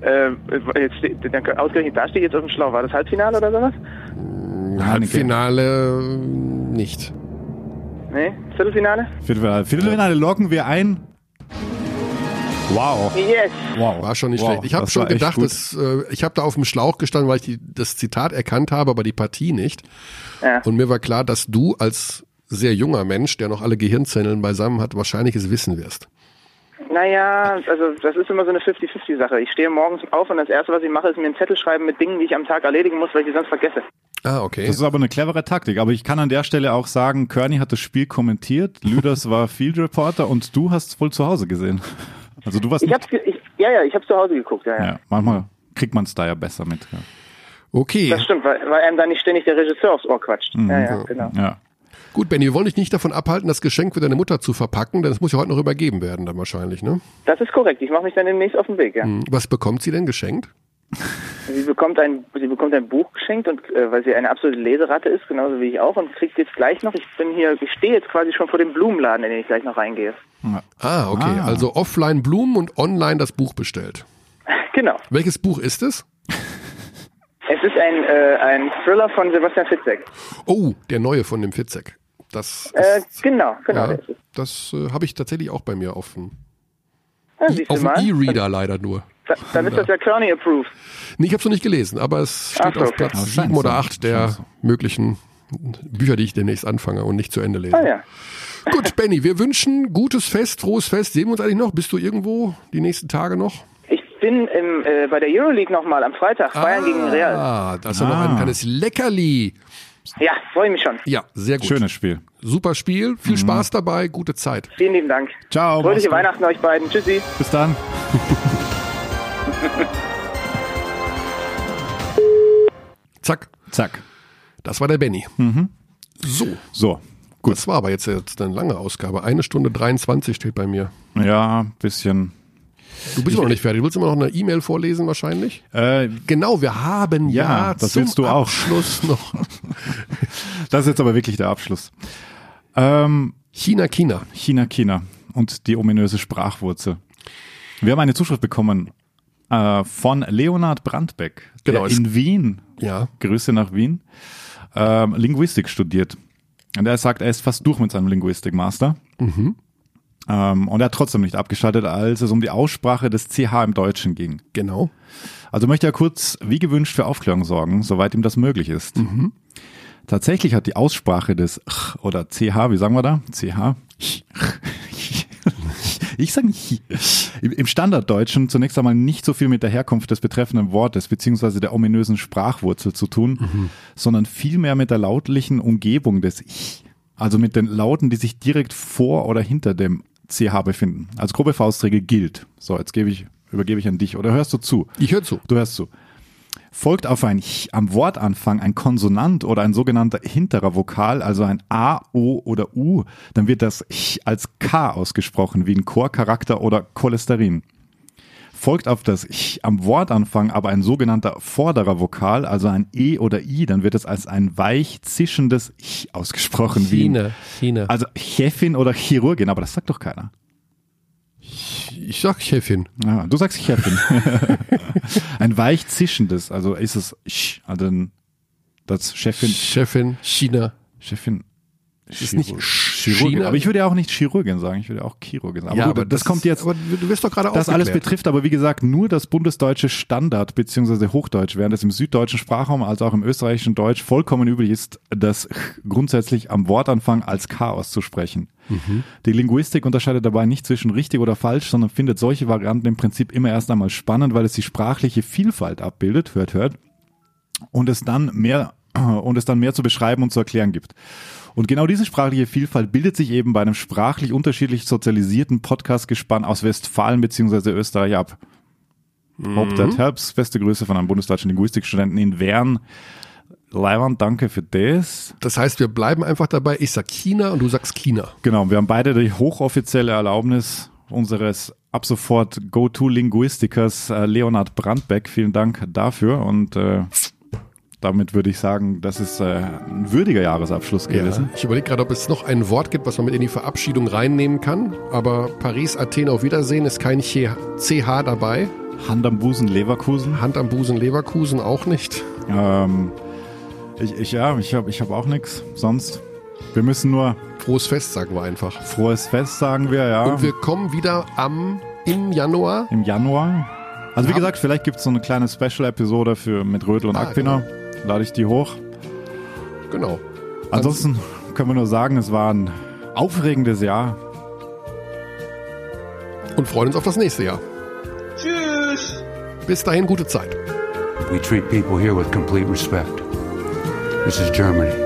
L: Äh, jetzt, steht- dann- ausgerechnet da steht jetzt auf dem Schlauch. War das Halbfinale oder sowas?
A: Halbfinale äh, nicht.
L: Nee, Viertelfinale?
B: Viertelfinale. Viertelfinale locken wir ein. Wow.
L: Yes!
B: Wow.
A: War schon nicht
B: Wow,
A: schlecht. Ich habe
B: das
A: schon
B: war echt
A: gedacht,
B: gut.
A: dass, äh, ich habe da auf dem Schlauch gestanden, weil ich die, das Zitat erkannt habe, aber die Partie nicht.
L: Ja.
A: Und mir war klar, dass du als sehr junger Mensch, der noch alle Gehirnzellen beisammen hat, wahrscheinlich es wissen wirst.
L: Naja, also das ist immer so eine 50-50-Sache. Ich stehe morgens auf und das Erste, was ich mache, ist mir einen Zettel schreiben mit Dingen, die ich am Tag erledigen muss, weil ich die sonst vergesse.
A: Ah, okay.
B: Das ist aber eine clevere Taktik. Aber ich kann an der Stelle auch sagen, Körny hat das Spiel kommentiert, Lüders war Field Reporter und du hast es wohl zu Hause gesehen. Also du warst
L: Ich hab's,
B: nicht,
L: ge- ich, ja, ja, ich hab's zu Hause geguckt, ja, ja.
B: ja, manchmal kriegt man es da ja besser mit. Ja.
A: Okay.
L: Das stimmt, weil, weil einem da nicht ständig der Regisseur aufs Ohr quatscht. Ja, ja, genau.
B: ja.
A: Gut, Benny, wir wollen dich nicht davon abhalten, das Geschenk für deine Mutter zu verpacken, denn es muss ja heute noch übergeben werden, dann wahrscheinlich, ne?
L: Das ist korrekt. Ich mache mich dann demnächst auf den Weg, ja.
A: Was bekommt sie denn geschenkt?
L: Sie bekommt ein, sie bekommt ein Buch geschenkt und äh, weil sie eine absolute Leseratte ist, genauso wie ich auch, und kriegt jetzt gleich noch, ich bin hier, ich stehe jetzt quasi schon vor dem Blumenladen, in den ich gleich noch reingehe.
A: Ah, okay.
B: Ah.
A: Also offline Blumen und online das Buch bestellt.
L: Genau.
A: Welches Buch ist es?
L: Es ist nämlich ein, äh, ein Thriller von Sebastian Fitzek.
A: Oh, der neue von dem Fitzek. Das
L: Äh, genau, genau.
A: ja,
L: der ist es.
A: das äh, habe ich tatsächlich auch bei mir auf dem
L: Ja,
A: E-
L: siehst du
A: auf dem
L: mal.
A: E-Reader leider nur.
L: Da, dann ist das ja Clowney approved.
A: Nee, ich habe es noch nicht gelesen, aber es
L: Ach
A: steht
L: so,
A: auf
L: okay.
A: Platz
L: Aber
A: 7
L: scheint
A: oder
L: so,
A: 8 der möglichen Bücher, die ich demnächst anfange und nicht zu Ende lese.
L: Ah ja.
A: Gut, Benny, wir wünschen gutes Fest, frohes Fest. Sehen wir uns eigentlich noch? Bist du irgendwo die nächsten Tage noch?
L: Ich bin im, äh, bei der Euroleague nochmal am Freitag, Bayern gegen Real.
A: Ah, da ist ja noch ein kleines Leckerli.
L: Ja, freue mich schon.
A: Ja, sehr gut.
B: Schönes Spiel.
A: Super Spiel, viel Spaß dabei, gute Zeit.
L: Vielen lieben Dank.
B: Ciao.
L: Fröhliche
B: mach's
L: Weihnachten euch beiden. Tschüssi.
B: gut. Bis dann.
A: Zack.
B: Zack.
A: Das war der Benny. So.
B: So. Gut.
A: Das war aber jetzt, jetzt eine lange Ausgabe. Eine Stunde 23 steht bei mir.
B: Ja, bisschen.
A: Du bist immer noch nicht fertig. Du willst immer noch eine E-Mail vorlesen wahrscheinlich?
B: Äh,
A: Genau, wir haben ja,
B: Ja, das
A: zum
B: willst du auch.
A: Abschluss noch
B: das ist jetzt aber wirklich der Abschluss. Ähm,
A: China, China.
B: China, China und die ominöse Sprachwurzel. Wir haben eine Zuschrift bekommen äh, von Leonhard Brandbeck, der
A: Genau, es-
B: in Wien,
A: Ja.
B: Grüße nach Wien, ähm, Linguistik studiert. Und er sagt, er ist fast durch mit seinem Linguistik-Master. Ähm, und er hat trotzdem nicht abgeschaltet, als es um die Aussprache des CH im Deutschen ging.
A: Genau.
B: Also möchte er kurz, wie gewünscht, für Aufklärung sorgen, soweit ihm das möglich ist. Tatsächlich hat die Aussprache des Ch oder CH, wie sagen wir da? CH? Ich sage nicht. Im im Standarddeutschen zunächst einmal nicht so viel mit der Herkunft des betreffenden Wortes beziehungsweise der ominösen Sprachwurzel zu tun,
A: Mhm.
B: sondern vielmehr mit der lautlichen Umgebung des Ich, also mit den Lauten, die sich direkt vor oder hinter dem CH befinden. Als grobe Faustregel gilt. So, jetzt gebe ich, übergebe ich an dich. Oder hörst du zu?
A: Ich höre zu.
B: Du hörst zu. Folgt auf ein Ch am Wortanfang ein Konsonant oder ein sogenannter hinterer Vokal, also ein A, O oder U, dann wird das Ch als K ausgesprochen, wie ein Chorcharakter oder Cholesterin. Folgt auf das Ch am Wortanfang aber ein sogenannter vorderer Vokal, also ein E oder I, dann wird es als ein weich zischendes Ch ausgesprochen, wie ein,
A: China.
B: also Chefin oder Chirurgin, aber das sagt doch keiner.
A: Ich sag Chefin.
B: Ja, du sagst Chefin. ein weich zischendes, also ist es Sch, also ein- das Chefin,
A: Chefin, China.
B: Chefin.
A: ist nicht Sch-
B: Chirurgin.
A: China.
B: Aber ich würde ja auch nicht Chirurgin sagen, ich würde ja auch Chirurgin sagen. Aber gut, das, kommt jetzt,
A: Aber du wirst doch gerade
B: das alles
A: aufgeklärt.
B: betrifft aber wie gesagt nur das bundesdeutsche Standard beziehungsweise Hochdeutsch, während es im süddeutschen Sprachraum als auch im österreichischen Deutsch vollkommen üblich ist, das Ch grundsätzlich am Wortanfang als K auszusprechen.
A: Mhm.
B: Die Linguistik unterscheidet dabei nicht zwischen richtig oder falsch, sondern findet solche Varianten im Prinzip immer erst einmal spannend, weil es die sprachliche Vielfalt abbildet, hört, hört, und es dann mehr und es dann mehr zu beschreiben und zu erklären gibt. Und genau diese sprachliche Vielfalt bildet sich eben bei einem sprachlich unterschiedlich sozialisierten Podcast-Gespann aus Westfalen bzw. Österreich ab. Hope that helps. Beste Grüße von einem bundesdeutschen Linguistikstudenten in Wern. Leiwand, danke für das.
A: Das heißt, wir bleiben einfach dabei. Ich sag China und du sagst China.
B: Genau, wir haben beide die hochoffizielle Erlaubnis unseres ab sofort Go-To-Linguistikers äh, Leonhard Brandbeck. Vielen Dank dafür und äh, damit würde ich sagen, das ist äh, ein würdiger Jahresabschluss gewesen.
A: Ich überlege gerade, ob es noch ein Wort gibt, was man mit in die Verabschiedung reinnehmen kann. Aber Paris, Athen auf Wiedersehen ist kein CH dabei.
B: Hand am Busen, Leverkusen.
A: Hand am Busen, Leverkusen auch nicht.
B: Ähm, ich, ich, ja, ich habe ich hab auch nichts sonst. Wir müssen nur
A: Frohes Fest, sagen wir einfach.
B: frohes Fest, sagen wir, ja.
A: Und wir kommen wieder am im Januar.
B: Im Januar. Also wie
A: Ja.
B: gesagt, vielleicht gibt es so eine kleine Special-Episode für mit Rödel und
A: Ah,
B: Akpiner. Lade ich die hoch.
A: Genau.
B: Ansonsten können wir nur sagen, es war ein aufregendes Jahr.
A: Und freuen uns auf das nächste Jahr. Tschüss. Bis dahin, gute Zeit.
K: We treat people here with complete respect. This is Germany.